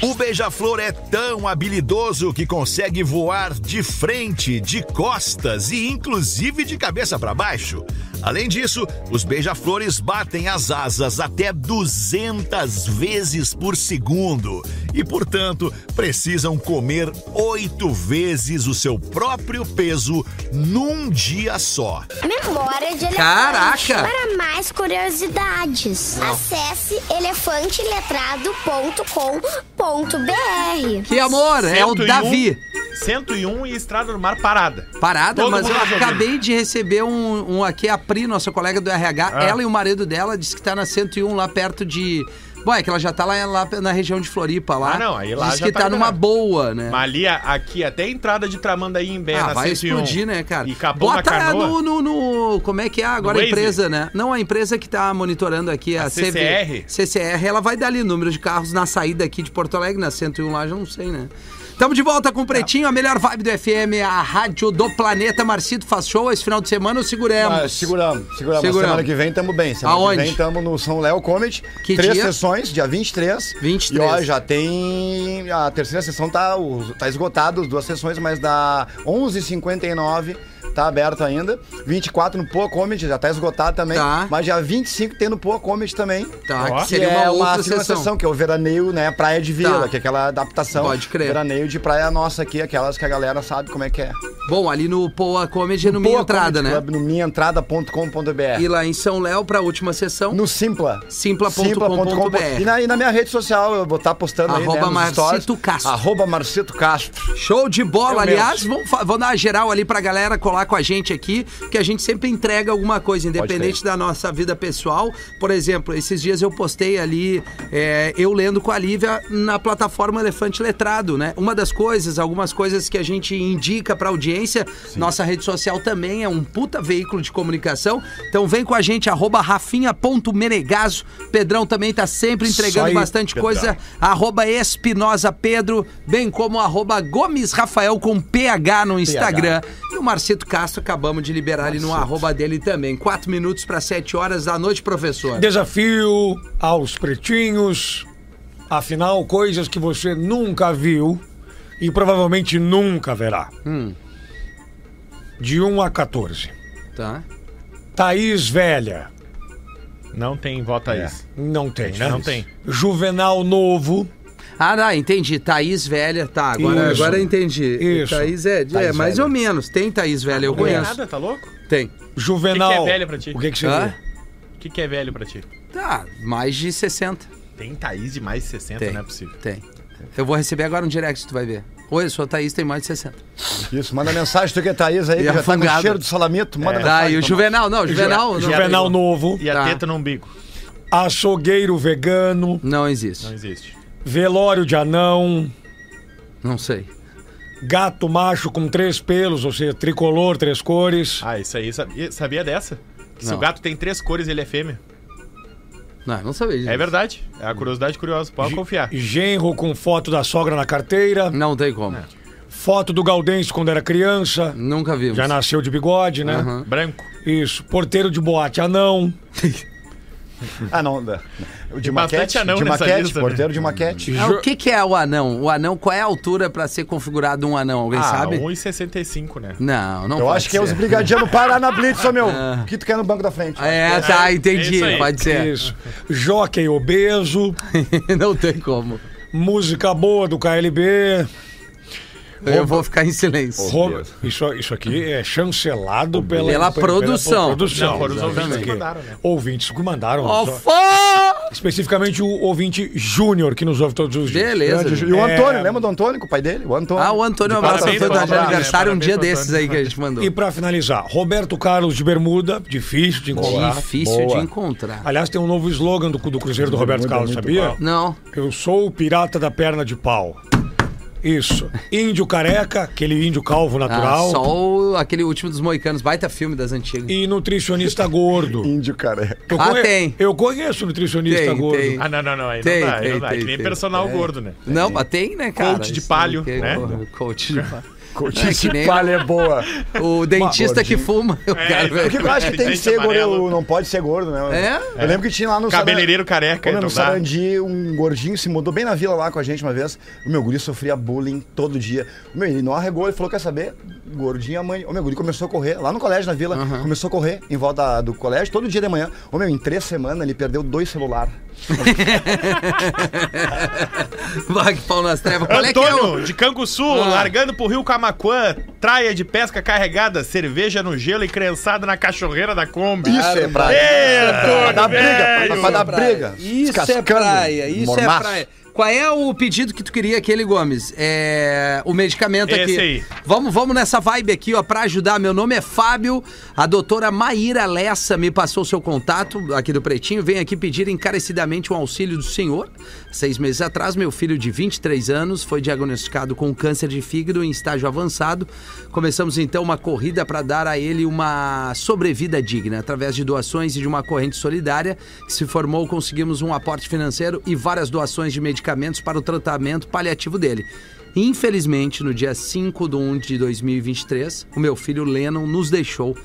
S1: O beija-flor é tão habilidoso que consegue voar de frente, de costas e inclusive de cabeça para baixo. Além disso, os beija-flores batem as asas até 200 vezes por segundo e, portanto, precisam comer oito vezes o seu próprio peso num dia só.
S7: Memória de elefante.
S3: Caraca!
S7: Para mais curiosidades, acesse elefanteletrado.com.br.
S3: Que amor, é o
S5: 101,
S3: Davi.
S5: 101 e Estrada do Mar parada.
S3: Parada,
S5: Todo
S3: mas
S5: mundo
S3: eu
S5: resolvido.
S3: acabei de receber um, um aqui, a Pri, nossa colega do RH.
S5: É.
S3: Ela e o marido dela disse que tá na 101 lá perto de. Bom, é que ela já tá lá, lá na região de Floripa lá.
S5: Ah, não, aí lá
S3: Diz
S5: já
S3: que
S5: tá
S3: tá, numa
S5: liberado.
S3: boa, né?
S5: Mas ali, a- aqui, até a entrada de Tramandaí em Bé,
S3: Ah,
S5: na
S3: vai
S5: 101.
S3: explodir, né, cara?
S5: E acabou na
S3: Bota no,
S5: canoa.
S3: no, no- Como é que é agora a
S5: Waze?
S3: empresa, né? Não, a empresa que tá monitorando aqui, a, CV
S5: CCR?
S3: CCR, ela vai dar ali o número de carros na saída aqui de Porto Alegre, na 101 lá, já não sei, né? Tamo de volta com o Pretinho, a melhor vibe do FM, a rádio do planeta. Marcito faz show esse final de semana ou seguremos?
S6: Mas seguramos, seguramos.
S3: Seguramos.
S6: Semana que vem tamo bem. Semana
S3: Aonde?
S6: que vem tamo no São Léo Comedy.
S3: Que
S6: três
S3: dia?
S6: sessões, dia 23.
S3: 23.
S6: E ó, já tem... A terceira sessão tá, o- tá esgotada, as duas sessões, mas da 11h59 tá aberto ainda. 24 no Poa Comedy, já tá esgotado também.
S3: Tá.
S6: Mas dia 25 tem no Poa Comedy também.
S3: Tá,
S6: Ó.
S3: que seria
S6: é
S3: uma outra
S6: segunda
S3: sessão.
S6: que é o veraneio, né, Praia de Vila,
S3: Tá.
S6: que é aquela adaptação.
S3: Pode crer.
S6: Veraneio de praia nossa aqui, aquelas que a galera sabe como é que é.
S3: Bom, ali no Poa Comedy é no Minha
S6: Boa
S3: Entrada,
S6: Comedy
S3: né?
S6: Club No minhaentrada.com.br.
S3: E lá em São Léo, pra última sessão,
S6: No Simpla.
S3: Simpla.com.br.
S6: E na, e na minha rede social, eu vou estar postando aí,
S3: Arroba
S6: né, nos
S3: Marcito
S6: stories.
S3: Castro.
S6: Arroba Marcito Castro.
S3: Show de bola.
S6: Eu
S3: Aliás, vamos, fa- vamos dar uma geral ali pra galera colar com a gente aqui, que a gente sempre entrega alguma coisa, independente da nossa vida pessoal. Por exemplo, esses dias eu postei ali, é, eu lendo com a Lívia na plataforma Elefante Letrado, né? Uma das coisas, algumas coisas que a gente indica pra audiência, nossa rede social também é um puta veículo de comunicação. Então vem com a gente, arroba rafinha.menegaso. Pedrão também tá sempre entregando
S4: aí,
S3: bastante
S5: Pedrão.
S3: coisa arroba Espinosa Pedro, bem como arroba Gomes Rafael com PH no Instagram. E o Marcito Castro, acabamos de liberar ali no arroba dele também. Quatro minutos para sete horas da noite, professor.
S4: Desafio aos pretinhos. Afinal, coisas que você nunca viu e provavelmente nunca verá.
S3: Hum.
S4: De 1 a 14.
S3: Tá.
S4: Thaís Velha.
S5: Não tem vota isso.
S4: Não tem, né?
S5: Não tem.
S4: Juvenal Novo.
S3: Ah, não, entendi. Thaís Velha, tá. Agora,
S4: Isso.
S3: agora eu entendi.
S4: Isso.
S3: Thaís é, é mais ou menos. Tem Thaís Velha, eu
S5: Não tem
S3: conheço.
S5: nada, tá louco?
S3: Tem.
S4: Juvenal.
S5: O que que é velho pra ti?
S4: O que, que
S3: Hã?
S4: seria?
S5: O que, que é velho pra ti?
S3: Tá, mais de 60.
S5: Tem Thaís de mais de 60,
S3: Tem.
S5: não é possível.
S3: Tem. Eu vou receber agora um direct, tu vai ver. Oi, eu sou a Thaís, tem mais de 60.
S6: Isso, manda mensagem, tu que é Thaís aí,
S3: E
S6: que já tá
S3: afungada.
S6: com cheiro de salamito,
S5: É,
S6: manda mensagem.
S3: Tá, e o
S6: pra
S3: Juvenal, não, o Juvenal. não-
S4: Juvenal Novo.
S5: E a
S3: Tá.
S5: teta no umbigo?
S4: Açougueiro Vegano.
S3: Não existe.
S5: Não existe.
S4: Velório de Anão.
S3: Não sei.
S4: Gato macho com três pelos, ou seja, tricolor, três cores.
S5: Ah, isso aí. Sabia, sabia dessa? Que se
S3: Não.
S5: o gato tem três cores, ele é fêmea.
S3: Não, não sabia disso.
S5: É verdade. É a curiosidade curiosa. Pode confiar.
S4: Genro com foto da sogra na carteira.
S3: Não tem como.
S4: Foto do Gaudêncio quando era criança.
S3: Nunca vimos.
S4: Já nasceu de bigode, né?
S3: Aham.
S5: Branco.
S4: Isso. Porteiro de boate anão.
S6: mim. Ah, não. da- O
S5: bastante
S6: de maquete,
S5: anão
S6: de
S5: nessa
S6: maquete,
S5: lista, né?
S6: porteiro de maquete.
S3: Ah, o que, que é o anão? O anão, qual é a altura pra ser configurado um anão? Alguém
S5: Ah,
S3: sabe?
S5: 1,65, né?
S3: Não, não
S6: Eu
S3: pode
S6: acho que é
S3: ser.
S6: os brigadianos parar na blitz, ô meu. O que tu quer no banco da frente?
S3: É, tá,
S5: É
S3: entendi.
S5: isso aí.
S3: pode ser.
S4: Isso. Jockey obeso.
S3: não tem como.
S4: Música boa do KLB.
S3: Eu vou ficar em silêncio.
S4: Ro- Isso, isso aqui é chancelado pela,
S3: Pela produção.
S4: produção.
S5: Não, foram os ouvintes
S4: Exatamente.
S5: que mandaram, né?
S4: Ouvintes que mandaram.
S3: Ó,
S4: só-
S3: fó!
S4: Especificamente o ouvinte Júnior, que nos ouve todos os dias.
S3: Beleza.
S6: E o
S4: É.
S6: Antônio, lembra do Antônio, com o pai dele? O Antônio.
S3: Ah, o Antônio, um
S6: De
S3: abraço.
S5: parabéns
S3: Antônio tá
S5: pro
S3: de
S5: Antônio,
S3: aniversário um
S5: né?
S3: dia
S5: Parabéns pro
S3: desses aí que a gente mandou.
S4: E pra finalizar, Roberto Carlos de Bermuda, difícil de encontrar.
S3: Difícil
S6: Boa.
S3: de encontrar.
S4: Aliás, tem um novo slogan do, do Cruzeiro do Roberto
S6: Bermuda
S4: Carlos,
S6: é muito
S4: sabia?
S3: Não.
S4: Eu sou o pirata da perna de pau. Isso. Índio careca, aquele índio calvo
S3: Ah,
S4: natural.
S3: só o- aquele último dos moicanos. Baita filme das antigas.
S4: E nutricionista
S3: né?
S4: gordo.
S6: Índio careca.
S4: Eu
S3: Ah,
S4: conhe-
S3: tem.
S4: Eu conheço nutricionista
S3: Tem,
S4: gordo.
S3: tem.
S5: Ah, não, não, não. Aí
S3: Tem,
S5: não dá. aí
S3: tem,
S5: não dá. É que
S3: tem,
S5: nem
S3: tem.
S5: personal gordo, né?
S3: Não, mas tem, né, cara?
S5: Coach de
S3: Isso
S5: palho,
S3: tem que-
S5: né?
S3: Coach de palho.
S6: Coutinho
S3: É que nem-
S6: de palha é boa.
S3: O dentista que
S6: Gordinho.
S3: fuma. O cara
S5: isso
S6: Porque eu acho que tem que ser
S5: É, Amarelo.
S6: gordo, não pode ser gordo, né?
S3: É?
S6: Eu lembro que tinha lá no
S5: Cabeleireiro careca,
S6: Ô, meu,
S5: então
S6: no
S5: dá.
S6: Sarandi, um gordinho se mudou bem na vila lá com a gente uma vez. O meu guri sofria bullying todo dia. O meu, ele não arregou, ele falou: quer saber? Gordinho, a mãe. O meu guri começou a correr lá no colégio, na vila. Começou a correr em volta do colégio, todo dia de manhã. Ô, meu, em três semanas ele perdeu dois celulares.
S3: Vai que pau nas trevas. Qual é que é o... Ah.
S5: Antônio, de Canguçu, largando pro Rio Camaquã, traia de pesca carregada, cerveja no gelo e criançada na cachorreira da Kombi.
S6: Isso é praia.
S5: Ê,
S6: Pra dar
S5: Antônio,
S6: briga,
S5: velho!
S6: pra dar briga.
S3: é Isso é
S6: descascando,
S3: praia, isso é
S6: mormaço.
S3: praia. Qual é o pedido que tu queria aquele, Gomes? É o medicamento
S5: Esse
S3: aqui.
S5: aí.
S3: Vamos, vamos nessa vibe aqui, ó, pra ajudar. Meu nome é Fábio, a doutora Maíra Lessa me passou seu contato aqui do Pretinho. Vem aqui pedir encarecidamente um auxílio do senhor. Seis meses atrás, meu filho de 23 anos foi diagnosticado com câncer de fígado em estágio avançado. Começamos então uma corrida para dar a ele uma sobrevida digna. Através de doações e de uma corrente solidária que se formou, conseguimos um aporte financeiro e várias doações de medicamentos para o tratamento paliativo dele. Infelizmente, no dia 5 de 1 de 2023, o meu filho Lennon nos deixou.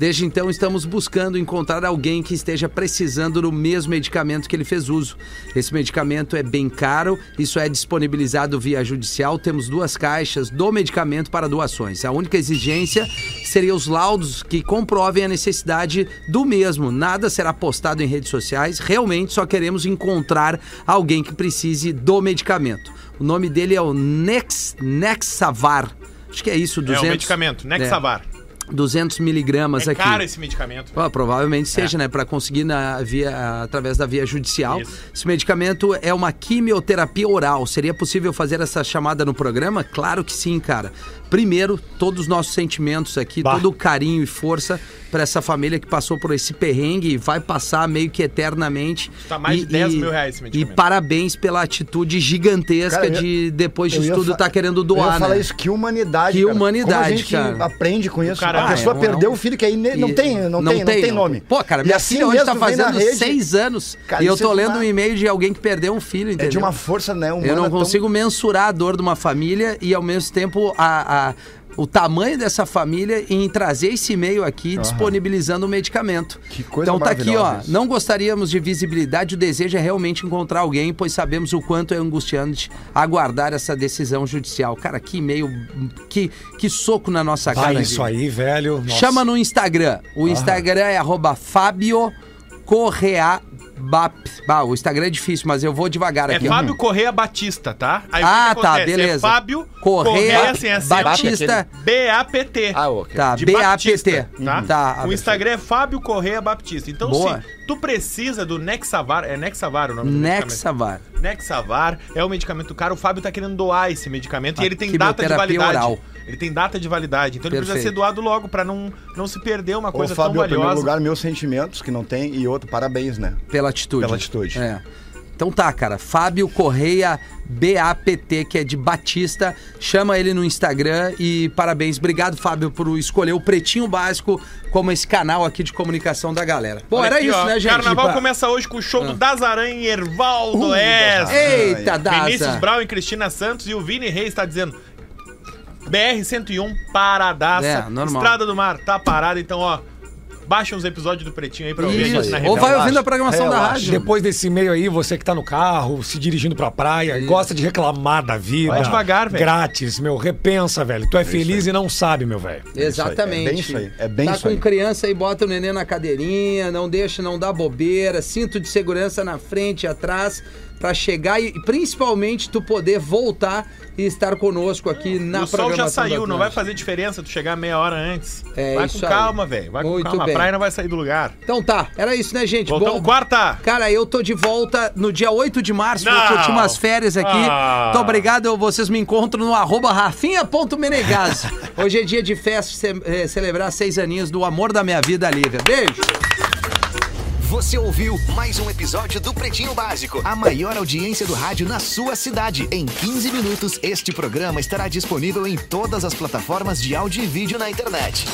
S3: Desde então, estamos buscando encontrar alguém que esteja precisando do mesmo medicamento que ele fez uso. Esse medicamento é bem caro, isso é disponibilizado via judicial. Temos duas caixas do medicamento para doações. A única exigência seria os laudos que comprovem a necessidade do mesmo. Nada será postado em redes sociais. Realmente só queremos encontrar alguém que precise do medicamento. O nome dele é o Nex, Nexavar. Acho que é isso, 200...
S5: É um medicamento, Nexavar.
S3: 200 miligramas
S5: É
S3: aqui.
S5: caro esse medicamento.
S3: Ó, provavelmente
S5: É.
S3: seja, né? Para conseguir na via, através da via judicial.
S5: Isso.
S3: Esse medicamento é uma quimioterapia oral. Seria possível fazer essa chamada no programa? Claro que sim, cara. Primeiro, todos os nossos sentimentos aqui, todo o carinho e força para essa família que passou por esse perrengue e vai passar meio que eternamente.
S5: Tá mais de
S3: E-
S5: 10
S3: e-
S5: mil reais esse
S3: E
S5: medicamento.
S3: parabéns pela atitude gigantesca
S6: Cara, eu ia-
S3: de depois
S6: eu
S3: disso
S6: ia
S3: tudo
S6: fa-
S3: tá querendo
S6: Eu
S3: doar,
S6: ia falar
S3: né?
S6: isso, que humanidade.
S3: Que
S6: cara. Como a
S3: humanidade,
S6: gente
S3: cara.
S6: aprende com isso.
S5: Cara,
S6: a pessoa
S3: é, é um-
S6: perdeu o filho que aí ne- não
S3: E-
S6: tem, não, tem, não tem nome.
S3: Pô, cara,
S6: E
S3: minha
S6: assim
S3: filha hoje tá
S6: mesmo vem na
S3: fazendo
S6: rede,
S3: seis anos
S6: Cara,
S3: e eu
S6: isso
S3: tô
S6: é de
S3: lendo
S6: uma-
S3: um e-mail de alguém que perdeu um filho, entendeu?
S6: É de uma força, né, humana
S3: Eu não
S6: tão-
S3: consigo mensurar a dor de uma família e, ao mesmo tempo, a, a- o tamanho dessa família em trazer esse e-mail aqui disponibilizando o medicamento.
S6: Que coisa
S3: então tá aqui, ó.
S6: maravilhosa isso.
S3: Não gostaríamos de visibilidade, o desejo é realmente encontrar alguém, pois sabemos o quanto é angustiante aguardar essa decisão judicial. Cara, que e-mail, que, que soco na nossa cara.
S4: Ah,
S3: gente.
S4: isso aí, velho. nossa.
S3: Chama no Instagram.
S5: Ah.
S3: O Instagram é arroba Fábio Correa Bap. Bah, o Instagram é difícil, mas eu vou devagar
S5: É
S3: aqui. ó.
S5: Fábio Correia Batista, tá? Aí o que
S3: Ah,
S5: que
S3: tá,
S5: acontece?
S3: beleza.
S5: É Fábio
S3: Correia,
S5: Correia, sem é acento,
S3: Batista.
S5: B-A-P-T.
S6: Ah, ok.
S3: Tá,
S5: de
S3: BAPT.
S5: Batista, tá?
S3: tá
S5: o Instagram é Fábio Correia Baptista. Então,
S3: Boa.
S5: sim, tu precisa do Nexavar. É Nexavar o nome do medicamento.
S3: Nexavar.
S5: Nexavar é um medicamento caro. O Fábio tá querendo doar esse medicamento
S3: Ah,
S5: e ele tem data de
S3: quimioterapia
S5: validade.
S3: oral.
S5: Ele tem data de validade. Então ele precisa
S3: Perfeito.
S5: ser doado logo pra não, não se perder uma
S6: Ô,
S5: coisa
S6: Fábio,
S5: tão
S6: em primeiro
S5: valiosa.
S6: lugar, meus sentimentos, que não tem, e outro, parabéns, né?
S3: Pela atitude.
S6: Pela atitude.
S3: É. Então tá, cara. Fábio Correia BAPT, que é de Batista. Chama ele no Instagram e parabéns. Obrigado, Fábio, por escolher o Pretinho Básico como esse canal aqui de comunicação da galera. Bom,
S5: Olha
S3: era
S5: aqui,
S3: isso,
S5: ó,
S3: né, gente?
S5: Carnaval
S3: Pra- Ah. Uh,
S5: começa hoje com o show do Dazaran e Ervaldo S.
S3: Eita, Daza.
S5: Vinícius Brown e Cristina Santos e o Vini Reis está dizendo. BR-101 paradaça.
S3: É, normal.
S5: Estrada do Mar tá parada, então, ó. Baixa uns episódios do Pretinho aí pra ouvir a gente
S3: Isso.
S5: na
S3: Ou
S5: Rebel.
S3: vai
S6: Relaxa,
S3: ouvindo a programação da
S6: relaxa.
S3: rádio.
S4: Depois desse e-mail aí, você que tá no carro, se dirigindo pra praia, gosta de reclamar da vida.
S5: Vai devagar, velho.
S4: Grátis, meu. Repensa, velho. Tu é feliz e não sabe, meu velho.
S3: Exatamente.
S6: É bem isso aí, é bem
S3: tá
S6: isso
S3: com
S6: aí.
S3: criança aí, bota o neném na cadeirinha, não deixa, não dá bobeira, cinto de segurança na frente e atrás pra chegar e principalmente tu poder voltar e estar conosco aqui na
S5: o sol já
S3: programação da
S5: saiu, não vai
S3: Atlântida.
S5: fazer diferença tu chegar meia hora antes.
S3: É
S5: vai
S3: isso
S5: com
S3: aí.
S5: calma, velho. Vai
S3: Muito
S5: com calma.
S3: bem.
S5: A praia não vai sair do lugar.
S3: Então tá, era isso, né, gente?
S5: Voltamos
S3: Bom-
S5: quarta!
S3: Cara, eu tô de volta no dia 8 de março,
S5: Não.
S3: vou curtir umas férias aqui.
S5: Ah.
S3: Muito obrigado, eu- vocês me encontram no arroba rafinha.menegas. Hoje é dia de festa, ce- eh, celebrar seis aninhos do amor da minha vida, Lívia. Beijo!
S8: Você ouviu mais um episódio do Pretinho Básico, a maior audiência do rádio na sua cidade. Em 15 minutos, este programa estará disponível em todas as plataformas de áudio e vídeo na internet.